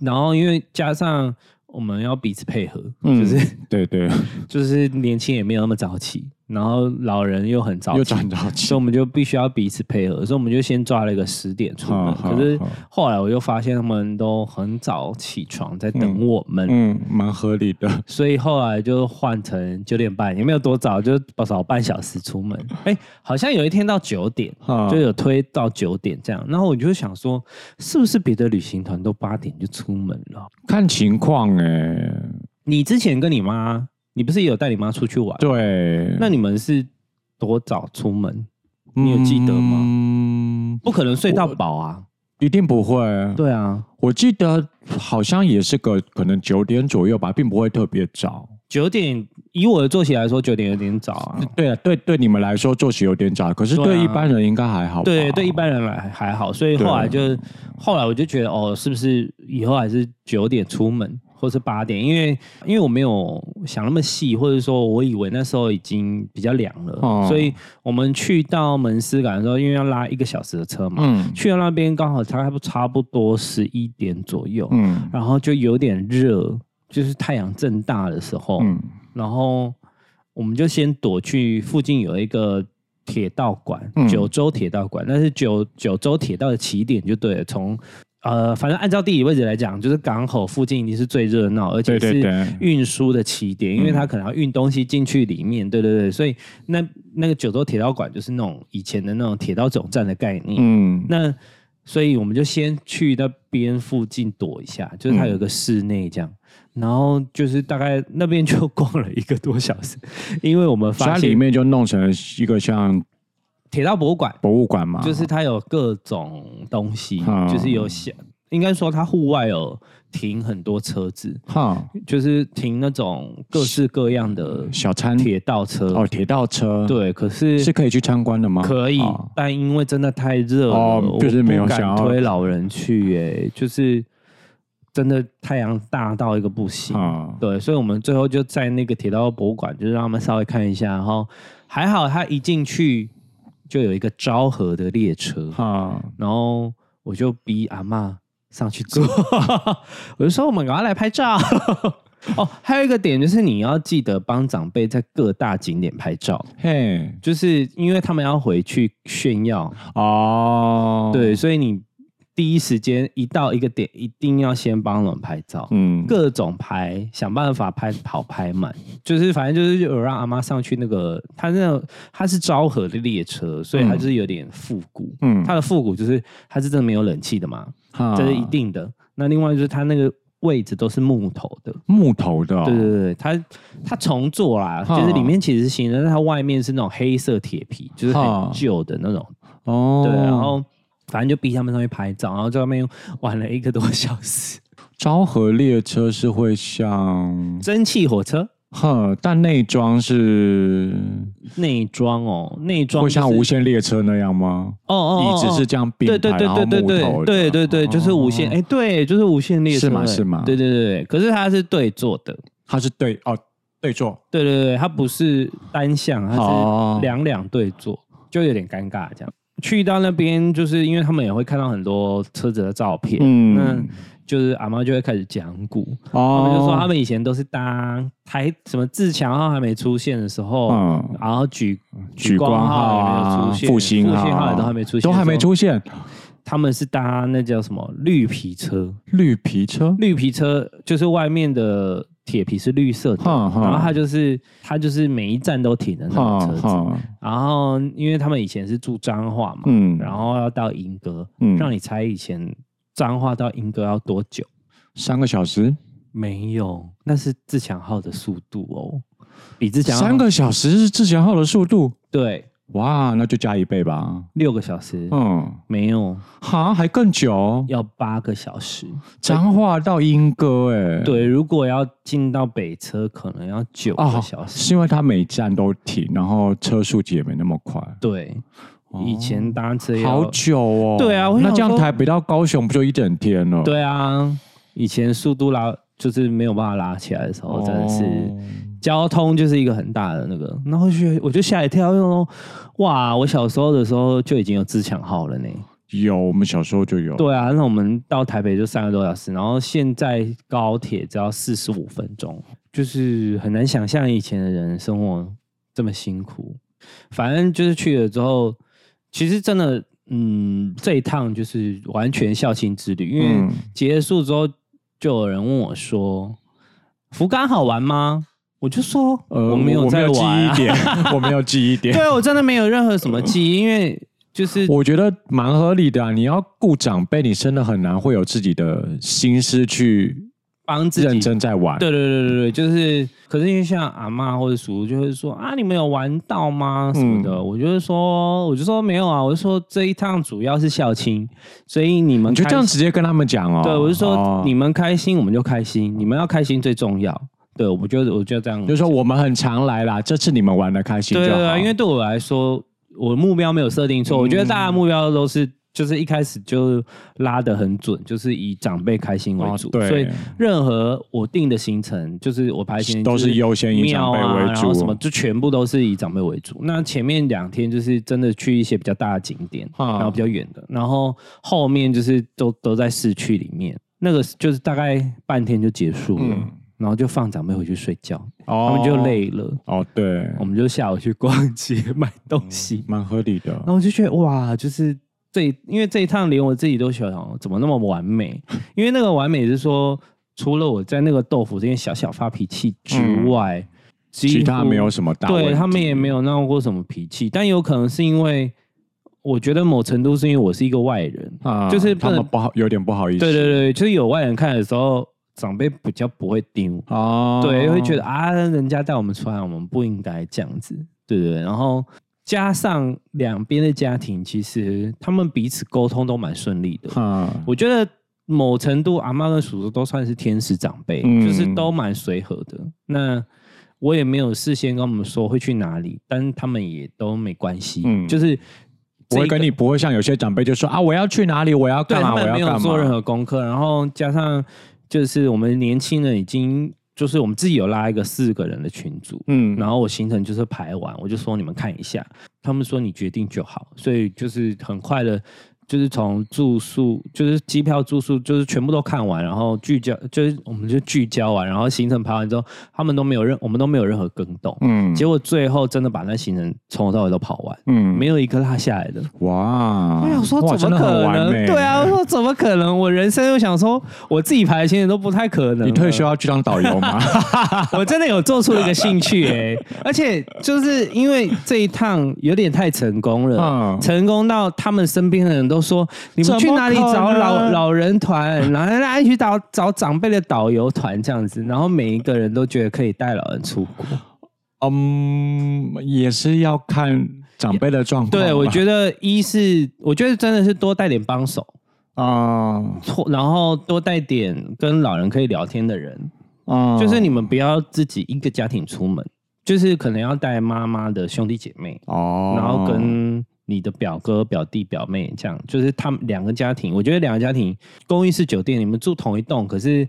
[SPEAKER 2] 然后因为加上我们要彼此配合，
[SPEAKER 1] 嗯
[SPEAKER 2] 就是
[SPEAKER 1] 对对，
[SPEAKER 2] 就是年轻也没有那么早起，然后老人又很 早
[SPEAKER 1] 又
[SPEAKER 2] 起，
[SPEAKER 1] 转 到
[SPEAKER 2] 所以我们就必须要彼此配合，所以我们就先抓了一个十点出门。
[SPEAKER 1] 好好
[SPEAKER 2] 可是
[SPEAKER 1] 好
[SPEAKER 2] 后来我就发现他们都很早起床，在等
[SPEAKER 1] 嗯
[SPEAKER 2] 我们，
[SPEAKER 1] 嗯，蛮合理 的。
[SPEAKER 2] 所以后来就换成九点半，也没有多早，就少半小时出门。
[SPEAKER 1] 嗯
[SPEAKER 2] 哎、好像有一天到九点，
[SPEAKER 1] 啊
[SPEAKER 2] 就有推到九点这样。然后我就想说，是不是别的旅行团都八点就出门了？
[SPEAKER 1] 看情况哎，
[SPEAKER 2] 你之前跟你妈，你不是也有带你妈出去玩？
[SPEAKER 1] 对，
[SPEAKER 2] 那你们是多早出门？你有记得吗
[SPEAKER 1] 嗯，
[SPEAKER 2] 不可能睡到饱啊！
[SPEAKER 1] 一定不会。
[SPEAKER 2] 对啊，
[SPEAKER 1] 我记得好像也是个可能九点左右吧，并不会特别早。
[SPEAKER 2] 九点以我的作息来说，九点有点早啊。
[SPEAKER 1] 对啊，对对，你们来说作息有点早，可是
[SPEAKER 2] 对啊
[SPEAKER 1] 对一般人应该还好吧。
[SPEAKER 2] 对对，一般人来还好，所以后来就后来我就觉得哦，是不是以后还是九点出门，或是八点？因为因为我没有想那么细，或者说我以为那时候已经比较凉了，
[SPEAKER 1] 哦
[SPEAKER 2] 所以我们去到门司港的时候，因为要拉一个小时的车嘛，
[SPEAKER 1] 嗯
[SPEAKER 2] 去到那边刚好差不差不多十一点左右，
[SPEAKER 1] 嗯
[SPEAKER 2] 然后就有点热，就是太阳正大的时候，
[SPEAKER 1] 嗯
[SPEAKER 2] 然后我们就先躲去附近有一个铁道馆，
[SPEAKER 1] 嗯
[SPEAKER 2] 九州铁道馆，那是九九州铁道的起点就对了。从呃，反正按照地理位置来讲，就是港口附近一定是最热闹，而且
[SPEAKER 1] 对对对
[SPEAKER 2] 是运输的起点，因为
[SPEAKER 1] 嗯
[SPEAKER 2] 它可能要运东西进去里面。对对对，所以那那个九州铁道馆就是那种以前的那种铁道总站的概念。
[SPEAKER 1] 嗯
[SPEAKER 2] 那所以我们就先去那边附近躲一下，就是它有
[SPEAKER 1] 嗯
[SPEAKER 2] 个室内这样，然后就是大概那边就逛了一个多小时，因为我们
[SPEAKER 1] 所以
[SPEAKER 2] 发
[SPEAKER 1] 它里
[SPEAKER 2] 现
[SPEAKER 1] 面就弄成一个像
[SPEAKER 2] 铁道博物馆
[SPEAKER 1] 博物馆嘛，
[SPEAKER 2] 就是它有各种东西，
[SPEAKER 1] 嗯
[SPEAKER 2] 就是有小，应该说它户外有停很多车子，
[SPEAKER 1] 哈
[SPEAKER 2] 就是停那种各式各样的
[SPEAKER 1] 小餐
[SPEAKER 2] 铁道车。
[SPEAKER 1] 哦铁道车，，
[SPEAKER 2] 对，可是
[SPEAKER 1] 是可以去参观的吗？
[SPEAKER 2] 可以，
[SPEAKER 1] 哦
[SPEAKER 2] 但因为真的太热了，
[SPEAKER 1] 哦就是没有
[SPEAKER 2] 我不敢
[SPEAKER 1] 想要
[SPEAKER 2] 推老人去耶、就是真的太阳大到一个不行。
[SPEAKER 1] 啊，
[SPEAKER 2] 对，所以我们最后就在那个铁道博物馆，就是让他们稍微看一下，然后还好他一进去就有一个昭和的列车，
[SPEAKER 1] 哈，
[SPEAKER 2] 然后我就逼阿嬷上去 坐，我就说我们赶快来拍照。哦，还有一个点就是你要记得帮长辈在各大景点拍照。
[SPEAKER 1] 嘿，
[SPEAKER 2] 就是因为他们要回去炫耀，
[SPEAKER 1] 哦，
[SPEAKER 2] 对，，所以你第一时间一到一个点，一定要先帮我们拍照，
[SPEAKER 1] 嗯，
[SPEAKER 2] 各种拍，想办法拍好拍满，就是反正就是有让阿妈上去那个，他那种他是昭和的列车，所以它就是有点复古，
[SPEAKER 1] 嗯啊
[SPEAKER 2] 它的复古就是它是真的没有冷气的嘛，
[SPEAKER 1] 哈
[SPEAKER 2] 这是一定的。那另外就是它那个位置都是木头的，
[SPEAKER 1] 木头的哦，
[SPEAKER 2] 对对对，它它重做啦，就是里面其实是新的，但它外面是那种黑色铁皮，就是很
[SPEAKER 1] 哈
[SPEAKER 2] 旧的那种。
[SPEAKER 1] 哦，
[SPEAKER 2] 对，然后反正就逼他们上去拍照，然后在外面玩了一个多小 时。
[SPEAKER 1] 昭和列车是会像，
[SPEAKER 2] 蒸汽火车
[SPEAKER 1] 呵，但内装是
[SPEAKER 2] 内装哦，内装
[SPEAKER 1] 会
[SPEAKER 2] 就是
[SPEAKER 1] 像无线列车那样吗？
[SPEAKER 2] 哦哦哦
[SPEAKER 1] 椅子是这样并
[SPEAKER 2] 对
[SPEAKER 1] 排，
[SPEAKER 2] 对对
[SPEAKER 1] 然后
[SPEAKER 2] 对
[SPEAKER 1] 木
[SPEAKER 2] 对
[SPEAKER 1] 头
[SPEAKER 2] 对
[SPEAKER 1] 的
[SPEAKER 2] 对对对，就是无线
[SPEAKER 1] 哦
[SPEAKER 2] 哎，对，就是无线列车
[SPEAKER 1] 是吗
[SPEAKER 2] 哎
[SPEAKER 1] 是吗
[SPEAKER 2] 对对对对，可是它是对坐的，
[SPEAKER 1] 它是对哦对坐，
[SPEAKER 2] 对对对，它不是单向，它
[SPEAKER 1] 哦
[SPEAKER 2] 是两两对坐，就有点尴尬这样。去到那边，就是因为他们也会看到很多车子的照片，
[SPEAKER 1] 嗯
[SPEAKER 2] 那，就是阿妈就会开始讲古，他
[SPEAKER 1] 哦
[SPEAKER 2] 们就说他们以前都是搭台什么自强号还没出现的时候，
[SPEAKER 1] 嗯
[SPEAKER 2] 然后举
[SPEAKER 1] 举光
[SPEAKER 2] 号
[SPEAKER 1] 号
[SPEAKER 2] 也没有
[SPEAKER 1] 啊
[SPEAKER 2] 出现，
[SPEAKER 1] 复兴
[SPEAKER 2] 复
[SPEAKER 1] 号
[SPEAKER 2] 兴号也都还没出现，
[SPEAKER 1] 都还没，出现，
[SPEAKER 2] 他们是搭那叫什么绿皮车，
[SPEAKER 1] 绿皮车，
[SPEAKER 2] 绿皮车就是外面的铁皮是绿色的，
[SPEAKER 1] 哼哼
[SPEAKER 2] 然后它就是它就是每一站都停的那
[SPEAKER 1] 嗯
[SPEAKER 2] 种车子。
[SPEAKER 1] 哈，
[SPEAKER 2] 然后因为他们以前是住彰化嘛，
[SPEAKER 1] 嗯
[SPEAKER 2] 然后要到莺歌，
[SPEAKER 1] 嗯
[SPEAKER 2] 让你猜以前彰化到莺歌要多久？
[SPEAKER 1] 三个小时，
[SPEAKER 2] 没有，那是自强号的速度哦，比自强号
[SPEAKER 1] 三个小时是自强号的速度，
[SPEAKER 2] 对
[SPEAKER 1] 哇，那就加一倍吧，
[SPEAKER 2] 六个小时、
[SPEAKER 1] 嗯，
[SPEAKER 2] 没有，
[SPEAKER 1] 哈，还更久，
[SPEAKER 2] 要八个小时。
[SPEAKER 1] 彰化到莺歌，哎，
[SPEAKER 2] 对，如果要进到北车，可能要九
[SPEAKER 1] 啊
[SPEAKER 2] 个小，时。
[SPEAKER 1] 是因为它每站都停，然后车速也没那么快。
[SPEAKER 2] 对，以前搭车要
[SPEAKER 1] 哦好久哦。
[SPEAKER 2] 对啊我
[SPEAKER 1] 那
[SPEAKER 2] 想
[SPEAKER 1] 这样
[SPEAKER 2] 说
[SPEAKER 1] 台北到高雄不就一整天了？
[SPEAKER 2] 对啊，以前速度拉就是没有办法拉起来的时候，
[SPEAKER 1] 哦，
[SPEAKER 2] 真的是。交通就是一个很大的那个，然后就我就吓一跳，因为说哇，我小时候的时候就已经有自强号了呢。
[SPEAKER 1] 有，我们小时候就有。
[SPEAKER 2] 对啊，那我们到台北就三个多小时，然后现在高铁只要四十五分钟，就是很难想象以前的人生活这么辛苦。反正就是去了之后，其实真的，嗯，这一趟就是完全孝心之旅，因为
[SPEAKER 1] 嗯
[SPEAKER 2] 结束之后就有人问我说：“福冈好玩吗？”我就说：“
[SPEAKER 1] 呃，
[SPEAKER 2] 我没有在
[SPEAKER 1] 记
[SPEAKER 2] 玩、
[SPEAKER 1] 忆
[SPEAKER 2] 啊。
[SPEAKER 1] 点，我没有记忆”点。
[SPEAKER 2] 对，我真的没有任何什么记忆，因为就是
[SPEAKER 1] 我觉得蛮合理的啊！你要顾长辈，你真的很难会有自己的心思去
[SPEAKER 2] 帮自
[SPEAKER 1] 认
[SPEAKER 2] 己
[SPEAKER 1] 真在玩。
[SPEAKER 2] 对对对对对，就是，可是因为像阿嬷或者叔叔就会说啊，你们有玩到吗？什么的，
[SPEAKER 1] 嗯
[SPEAKER 2] 我就是说，我就说没有啊，我就说这一趟主要是校庆，所以你们
[SPEAKER 1] 你就
[SPEAKER 2] 开
[SPEAKER 1] 这样直接跟他们讲哦。
[SPEAKER 2] 对我就说
[SPEAKER 1] 哦
[SPEAKER 2] 你们开心我们就开心，你们要开心最重要。对，我就我就这样，
[SPEAKER 1] 就是说我们很常来啦，这次你们玩的开心
[SPEAKER 2] 对
[SPEAKER 1] 就
[SPEAKER 2] 对啊
[SPEAKER 1] 好。
[SPEAKER 2] 对，因为对我来说，我目标没有设定
[SPEAKER 1] 嗯
[SPEAKER 2] 错，我觉得大家目标都是。就是一开始就拉得很准，就是以长辈开心为
[SPEAKER 1] 哦
[SPEAKER 2] 主，
[SPEAKER 1] 对
[SPEAKER 2] 所以任何我定的行程，就是我排行程
[SPEAKER 1] 都
[SPEAKER 2] 就是
[SPEAKER 1] 优先以
[SPEAKER 2] 庙
[SPEAKER 1] 长辈为
[SPEAKER 2] 啊，然后
[SPEAKER 1] 主哦
[SPEAKER 2] 什么就全部都是以长辈为主。那前面两天就是真的去一些比较大的景点，
[SPEAKER 1] 啊
[SPEAKER 2] 然后比较远的，然后后面就是都都在市区里面，那个就是大概半天就结束了，
[SPEAKER 1] 嗯
[SPEAKER 2] 然后就放长辈回去睡觉，
[SPEAKER 1] 哦
[SPEAKER 2] 他们就累了。
[SPEAKER 1] 哦，对，
[SPEAKER 2] 我们就下午去逛街买东西，
[SPEAKER 1] 蛮合理的
[SPEAKER 2] 然。后我就觉得哇，就是这一，因为这一趟连我自己都想怎么那么 完美，因为那个完美是说，除了我在那个豆腐这边小小发脾气之外，几
[SPEAKER 1] 嗯其他
[SPEAKER 2] 乎
[SPEAKER 1] 没有什么大问题，
[SPEAKER 2] 对他们也没有闹过什么脾气，但有可能是因为我觉得某程度是因为我是一个外人，
[SPEAKER 1] 啊，
[SPEAKER 2] 就是不
[SPEAKER 1] 他
[SPEAKER 2] 能
[SPEAKER 1] 们不好，有点不好意思。
[SPEAKER 2] 对对对，就是有外人看的时候，长辈比较不会丢。
[SPEAKER 1] 哦，
[SPEAKER 2] 对，会觉
[SPEAKER 1] 得
[SPEAKER 2] 得啊，人家带我们出来，我们不应该这样子，对对对。然后加上两边的家庭，其实他们彼此沟通都蛮顺利的。
[SPEAKER 1] 啊，
[SPEAKER 2] 我觉得某程度，阿妈跟叔叔都算是天使长辈，
[SPEAKER 1] 嗯
[SPEAKER 2] 就是都蛮随和的。那我也没有事先跟我们说会去哪里，但他们也都没关系，
[SPEAKER 1] 嗯
[SPEAKER 2] 就是
[SPEAKER 1] 不会
[SPEAKER 2] 这一个
[SPEAKER 1] 跟你不会像有些长辈就说啊，我要去哪里，我要
[SPEAKER 2] 对
[SPEAKER 1] 干
[SPEAKER 2] 他
[SPEAKER 1] 嘛，我
[SPEAKER 2] 们
[SPEAKER 1] 要
[SPEAKER 2] 没有
[SPEAKER 1] 干
[SPEAKER 2] 做任
[SPEAKER 1] 嘛。
[SPEAKER 2] 何功课，然后加上就是我们年轻人已经就是我们自己有拉一个四个人的群组，
[SPEAKER 1] 嗯，
[SPEAKER 2] 然后我行程就是排完，我就说你们看一下，他们说你决定就好，所以就是很快的，就是从住宿，就是机票、住宿，就是全部都看完，然后聚焦，就是我们就聚焦完，然后行程排完之后，他们都没有任，我们都没有任何更动，
[SPEAKER 1] 嗯
[SPEAKER 2] 结果最后真的把那行程从头到尾都跑完，
[SPEAKER 1] 嗯，
[SPEAKER 2] 没有一个落下来的。
[SPEAKER 1] 哇，
[SPEAKER 2] 啊我想说
[SPEAKER 1] 哇真
[SPEAKER 2] 怎么
[SPEAKER 1] 的很欸
[SPEAKER 2] 可
[SPEAKER 1] 完美
[SPEAKER 2] 能？对啊，我说怎么可能？我人生又想说，我自己排的行程都不太可能了。
[SPEAKER 1] 你退休要去当导游吗？
[SPEAKER 2] 我真的有做出一个兴 趣哎、而且就是因为这一趟有点太成 功了，
[SPEAKER 1] 嗯
[SPEAKER 2] 成功到他们身边的人都说你们去哪里
[SPEAKER 1] 怎么
[SPEAKER 2] 找
[SPEAKER 1] 可能啊
[SPEAKER 2] 老老人团，然后大家去找找长辈的导游团这样子，然后每一个人都觉得可以带老人出 国。
[SPEAKER 1] 嗯，也是要看长辈的状况吧。
[SPEAKER 2] 对，我觉得一是我觉得真的是多带点帮手，
[SPEAKER 1] 得啊
[SPEAKER 2] 错，然后多带点跟老人可以聊天的人，
[SPEAKER 1] 啊，
[SPEAKER 2] 就是你们不要自己一个家庭出门，就是可能要带妈妈的兄弟姐妹。
[SPEAKER 1] 哦，
[SPEAKER 2] 然后跟你的表哥、表弟、表妹这样，就是他们两个家庭。我觉得两个家庭，公寓式酒店你们住同一栋，可是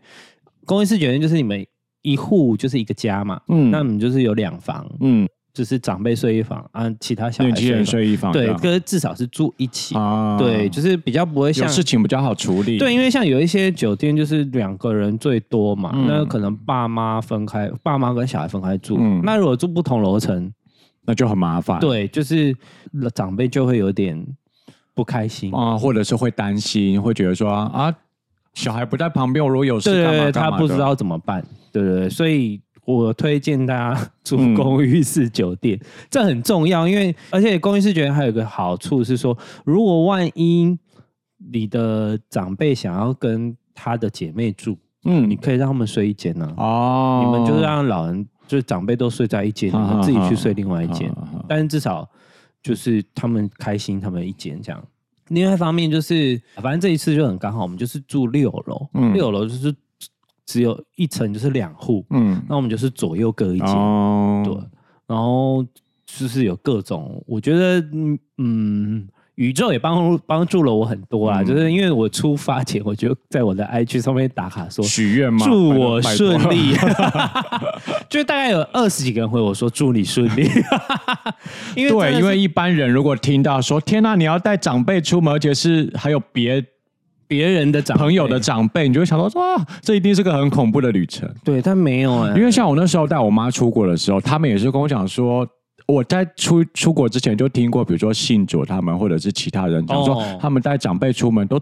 [SPEAKER 2] 公寓式酒店就是你们一户就是一个家嘛，
[SPEAKER 1] 嗯
[SPEAKER 2] 那你们就是有两房，
[SPEAKER 1] 嗯，
[SPEAKER 2] 就是长辈睡一房啊，其他小孩
[SPEAKER 1] 年轻
[SPEAKER 2] 睡一
[SPEAKER 1] 人睡一
[SPEAKER 2] 房，
[SPEAKER 1] 房这
[SPEAKER 2] 对，
[SPEAKER 1] 样
[SPEAKER 2] 可是至少是住一起，
[SPEAKER 1] 啊，
[SPEAKER 2] 对，就是比较不会
[SPEAKER 1] 有
[SPEAKER 2] 像
[SPEAKER 1] 事情比较好处理。
[SPEAKER 2] 对，因为像有一些酒店就是两个人最多嘛，
[SPEAKER 1] 嗯
[SPEAKER 2] 那可能爸妈分开，爸妈跟小孩分开住。
[SPEAKER 1] 嗯
[SPEAKER 2] 那如果住不同楼层，
[SPEAKER 1] 那就很麻烦。
[SPEAKER 2] 对，就是长辈就会有点不开心。
[SPEAKER 1] 啊、或者是会担心，会觉得说啊，小孩不在旁边，我如果有事
[SPEAKER 2] 对
[SPEAKER 1] 干
[SPEAKER 2] 对
[SPEAKER 1] 嘛
[SPEAKER 2] 对，
[SPEAKER 1] 干
[SPEAKER 2] 他
[SPEAKER 1] 嘛
[SPEAKER 2] 不知
[SPEAKER 1] 的
[SPEAKER 2] 道怎么办。对对对，所以我推荐大家住
[SPEAKER 1] 嗯
[SPEAKER 2] 公寓式酒店，这很重要，因为而且公寓式酒店还有一个好处是说，如果万一你的长辈想要跟他的姐妹住，你
[SPEAKER 1] 嗯，
[SPEAKER 2] 可以让他们睡一间呢、啊。
[SPEAKER 1] 哦，
[SPEAKER 2] 你们就让老人就是长辈都睡在一间，你
[SPEAKER 1] 啊
[SPEAKER 2] 们自己去睡另外一
[SPEAKER 1] 啊
[SPEAKER 2] 间。
[SPEAKER 1] 啊
[SPEAKER 2] 但是至少就是他们开心，他们一间这样。另外一方面就是，反正这一次就很刚好，我们就是住六楼，
[SPEAKER 1] 嗯
[SPEAKER 2] 六楼就是只有一层就是两户，
[SPEAKER 1] 嗯，
[SPEAKER 2] 那我们就是左右各一间，
[SPEAKER 1] 哦，
[SPEAKER 2] 对。然后就是有各种，我觉得嗯嗯，宇宙也帮帮助了我很多
[SPEAKER 1] 嗯
[SPEAKER 2] 啦。就是因为我出发前，我就在我的 IG 上面打卡说
[SPEAKER 1] 许愿吗？
[SPEAKER 2] 祝我
[SPEAKER 1] 拜托
[SPEAKER 2] 顺， 利，就大概有二十几个人回我说祝你顺 利，因为
[SPEAKER 1] 拜托对，
[SPEAKER 2] 真的是
[SPEAKER 1] 因为一般人如果听到说天呐、你要带长辈出门，而且是还有别
[SPEAKER 2] 别人的长辈
[SPEAKER 1] 朋友的长辈，你就会想到说啊，这一定是个很恐怖的旅程。
[SPEAKER 2] 对，但没有哎、
[SPEAKER 1] 因为像我那时候带我妈出国的时候，他们也是跟我讲说，我在出出国之前就听过，比如说信主他们或者是其他人讲说
[SPEAKER 2] 哦，
[SPEAKER 1] 他们带长辈出门都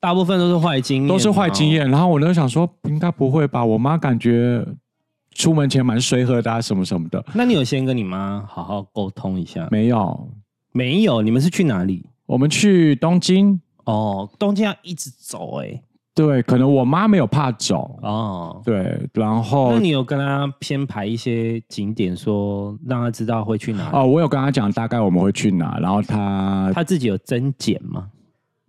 [SPEAKER 2] 大部分都是坏经验，
[SPEAKER 1] 都是坏经
[SPEAKER 2] 哦。
[SPEAKER 1] 验。然后我就想说，应该不会吧？我妈感觉出门前蛮随和的、啊，什么什么的。
[SPEAKER 2] 那你有先跟你妈好好沟通一下？
[SPEAKER 1] 没有，
[SPEAKER 2] 没有，你们是去哪里？
[SPEAKER 1] 我们去东京，
[SPEAKER 2] 哦，东京要一直走哎、
[SPEAKER 1] 对，可能我妈没有怕走，
[SPEAKER 2] 哦，
[SPEAKER 1] 对，然后
[SPEAKER 2] 那你有跟她先排一些景点说，让她知道会去哪里？
[SPEAKER 1] 哦，我有跟她讲大概我们会去哪，然后她
[SPEAKER 2] 她自己有增减吗？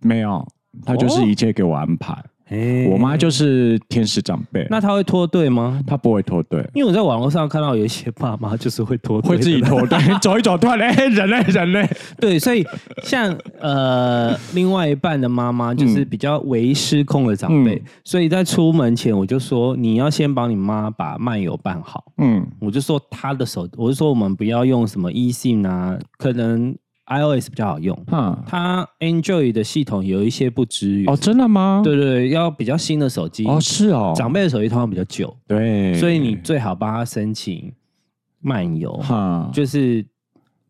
[SPEAKER 1] 没有，她就是
[SPEAKER 2] 哦
[SPEAKER 1] 一切给我安排。
[SPEAKER 2] 哎
[SPEAKER 1] 我妈就是天使长辈，
[SPEAKER 2] 那她会脱队吗？
[SPEAKER 1] 她不会脱队。
[SPEAKER 2] 因为我在网络上看到有一些爸妈就是会脱队的，
[SPEAKER 1] 会自己脱队， 走一走，突然哎、人类人类，
[SPEAKER 2] 对，所以像呃，另外一半的妈妈就是比较为失控的长辈，
[SPEAKER 1] 嗯
[SPEAKER 2] 所以在出门前我就说你要先帮你妈把漫游办好，
[SPEAKER 1] 嗯，
[SPEAKER 2] 我就说她的手，我就说我们不要用什么 e 信啊，可能 iOS 比较好用，
[SPEAKER 1] 哈，
[SPEAKER 2] 它 Android 的系统有一些不支援，
[SPEAKER 1] 哦，真的吗？
[SPEAKER 2] 对对对，要比较新的手机，
[SPEAKER 1] 哦，是哦，
[SPEAKER 2] 长辈的手机通常比较久，
[SPEAKER 1] 对，
[SPEAKER 2] 所以你最好帮他申请漫游，
[SPEAKER 1] 哈，
[SPEAKER 2] 就是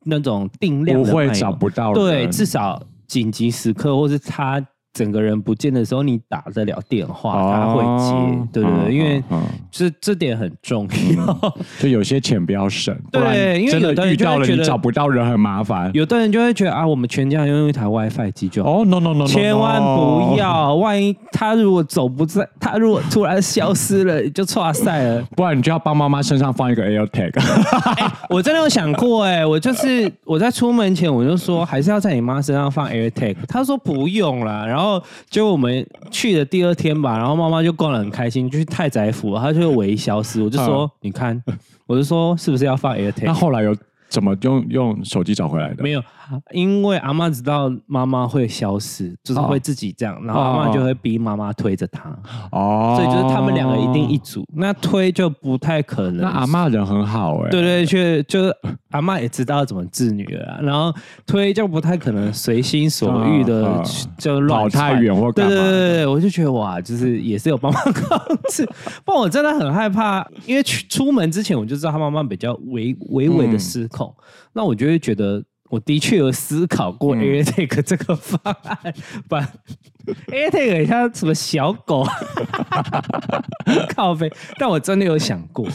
[SPEAKER 2] 那种定量
[SPEAKER 1] 不
[SPEAKER 2] 的
[SPEAKER 1] 嗯会
[SPEAKER 2] 漫游
[SPEAKER 1] 找不到
[SPEAKER 2] 对，
[SPEAKER 1] 人
[SPEAKER 2] 至少紧急时刻或是他整个人不见的时候，你打得了电话，他会
[SPEAKER 1] 哦
[SPEAKER 2] 接。对对
[SPEAKER 1] 嗯
[SPEAKER 2] 对，因为
[SPEAKER 1] 嗯
[SPEAKER 2] 这这点很重 要。
[SPEAKER 1] 就有些钱不要省，不
[SPEAKER 2] 对
[SPEAKER 1] 然
[SPEAKER 2] 因为
[SPEAKER 1] 真
[SPEAKER 2] 有的
[SPEAKER 1] 的
[SPEAKER 2] 人
[SPEAKER 1] 遇
[SPEAKER 2] 就会
[SPEAKER 1] 到了
[SPEAKER 2] 觉
[SPEAKER 1] 你
[SPEAKER 2] 得
[SPEAKER 1] 找不到人很麻烦。
[SPEAKER 2] 有的人就会觉得啊，我们全家人用一台 WiFi 机就好。
[SPEAKER 1] 哦，no 哦 no no，, no, no
[SPEAKER 2] 千万不，要，万一他如果走不在，他如果突然消失了，就错赛了。
[SPEAKER 1] 不然你就要帮妈妈身上放一个 AirTag。
[SPEAKER 2] 我真的有想过哎、我就是我在出门前我就说还是要在你妈身上放 AirTag，她说不用啦。然后就我们去的第二天吧，然后妈妈就逛得很开心，就去太宰府，她就微消失。我就说、你看，我就说是不是要放
[SPEAKER 1] 那
[SPEAKER 2] AirTag？
[SPEAKER 1] 嗯后来有怎么用用手机找回来的？
[SPEAKER 2] 没有，因为阿妈知道妈妈会消失，就是会自己这样，然后阿妈就会逼妈妈推着她，
[SPEAKER 1] 哦，
[SPEAKER 2] 所以就是他们两个一定一。组，那推就不太可能。
[SPEAKER 1] 那阿妈人很好哎、
[SPEAKER 2] 对对，却就是阿妈也知道怎么治女儿啊，然后推就不太可能随心所欲
[SPEAKER 1] 啊
[SPEAKER 2] 的
[SPEAKER 1] 啊
[SPEAKER 2] 就乱
[SPEAKER 1] 跑太
[SPEAKER 2] 窜
[SPEAKER 1] 远或干
[SPEAKER 2] 对
[SPEAKER 1] 嘛
[SPEAKER 2] 对对对对，我就觉得哇，就是也是有帮忙控制，不然我真的很害怕，因为去出门之前我就知道他妈妈比较微微微的失控，那我就会觉得。我的确有思考过 AirTag 这个方案，把 AirTag 很像什么小狗， 靠背。但我真的有想过，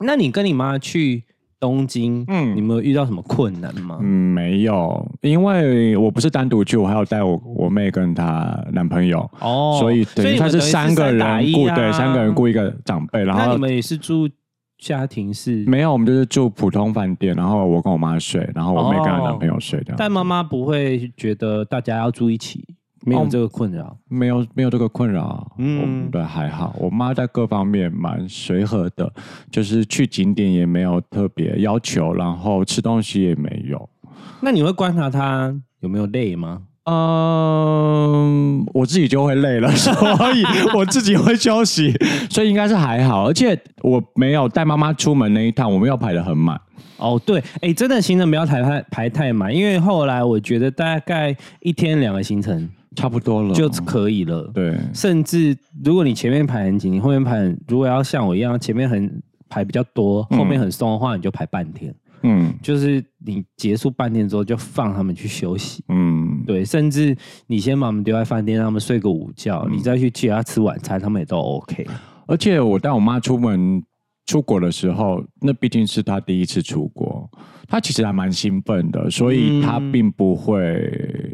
[SPEAKER 2] 那你跟你妈去东京，嗯，
[SPEAKER 1] 嗯
[SPEAKER 2] 你们有遇到什么困难吗？
[SPEAKER 1] 嗯，没有，因为我不是单独去，我还有带我我妹跟她男朋友，
[SPEAKER 2] 哦
[SPEAKER 1] 所以等于
[SPEAKER 2] 你
[SPEAKER 1] 她
[SPEAKER 2] 们
[SPEAKER 1] 是
[SPEAKER 2] 等于
[SPEAKER 1] 三个
[SPEAKER 2] 打一
[SPEAKER 1] 人雇，
[SPEAKER 2] 啊
[SPEAKER 1] 对，三个人雇一个长辈，然
[SPEAKER 2] 那
[SPEAKER 1] 后
[SPEAKER 2] 你们也是住家庭式，
[SPEAKER 1] 没有，我们就是住普通饭店，然后我跟我妈睡，然后我妹跟她男朋友睡这样，
[SPEAKER 2] 但妈妈不会觉得大家要住一起，没有这个困扰。
[SPEAKER 1] 没有没有这个困扰，
[SPEAKER 2] 嗯
[SPEAKER 1] 嗯，对，还好，我妈在各方面蛮随和的，就是去景点也没有特别要求，然后吃东西也没有，
[SPEAKER 2] 那你会观察她有没有累吗？
[SPEAKER 1] 嗯，我自己就会累了， 所以我自己会休息，所以应该是还好。而且我没有带妈妈出门那一趟，我们要排的很满。
[SPEAKER 2] 哦，对，哎，真的行程不要排太排太满，因为后来我觉得大概一天两个行程
[SPEAKER 1] 差不多了，
[SPEAKER 2] 就可以了。
[SPEAKER 1] 对，
[SPEAKER 2] 甚至如果你前面排很紧，你后面排很，如果要像我一样前面很排比较多，后面很松的话，你就排半天，
[SPEAKER 1] 嗯
[SPEAKER 2] 就是你结束半天之后就放他们去休息。
[SPEAKER 1] 嗯，
[SPEAKER 2] 对，甚至你先把他们丢在饭店，让他们睡个午觉，
[SPEAKER 1] 嗯
[SPEAKER 2] 你再去接他吃晚餐，他们也都 OK。
[SPEAKER 1] 而且我带我妈出门出国的时候，那毕竟是她第一次出国，她其实还蛮兴奋的，所以她并不会，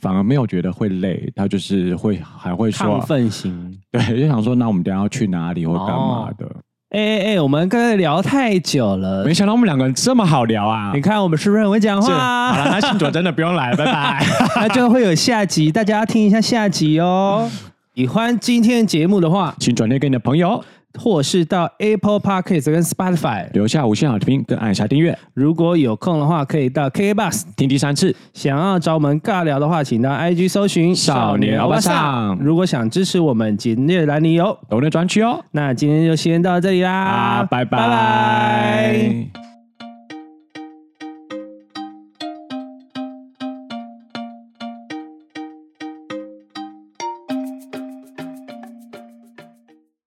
[SPEAKER 1] 反而没有觉得会累，她就是会还会
[SPEAKER 2] 亢
[SPEAKER 1] 说，
[SPEAKER 2] 奋型。
[SPEAKER 1] 对，就想说那我们等一下要去哪里或干嘛的。
[SPEAKER 2] 哎哎哎，我们刚才聊太久了
[SPEAKER 1] 没，想到我们两个人这么好聊啊！
[SPEAKER 2] 你看我们是不是很会讲
[SPEAKER 1] 是
[SPEAKER 2] 话
[SPEAKER 1] 好
[SPEAKER 2] 啊？
[SPEAKER 1] 了，那信卓真的不用来，拜拜。
[SPEAKER 2] 那就会有下集，大家要听一下下集哦。喜欢今天的节目的话，
[SPEAKER 1] 请转贴给你的朋友，
[SPEAKER 2] 或是到 Apple Podcast 跟 Spotify。
[SPEAKER 1] 留下五星好评跟按下订阅，
[SPEAKER 2] 如果有空的话，可以到 KKBox。
[SPEAKER 1] 听第三次。
[SPEAKER 2] 想要找我们尬聊的话，请到 IG 搜寻
[SPEAKER 1] 少年欧巴桑
[SPEAKER 2] 如果想支持我们，请列栏里有。
[SPEAKER 1] 抖内专区哦。啊
[SPEAKER 2] 那今天就先到这里啦，
[SPEAKER 1] 啊，拜拜。
[SPEAKER 2] 拜拜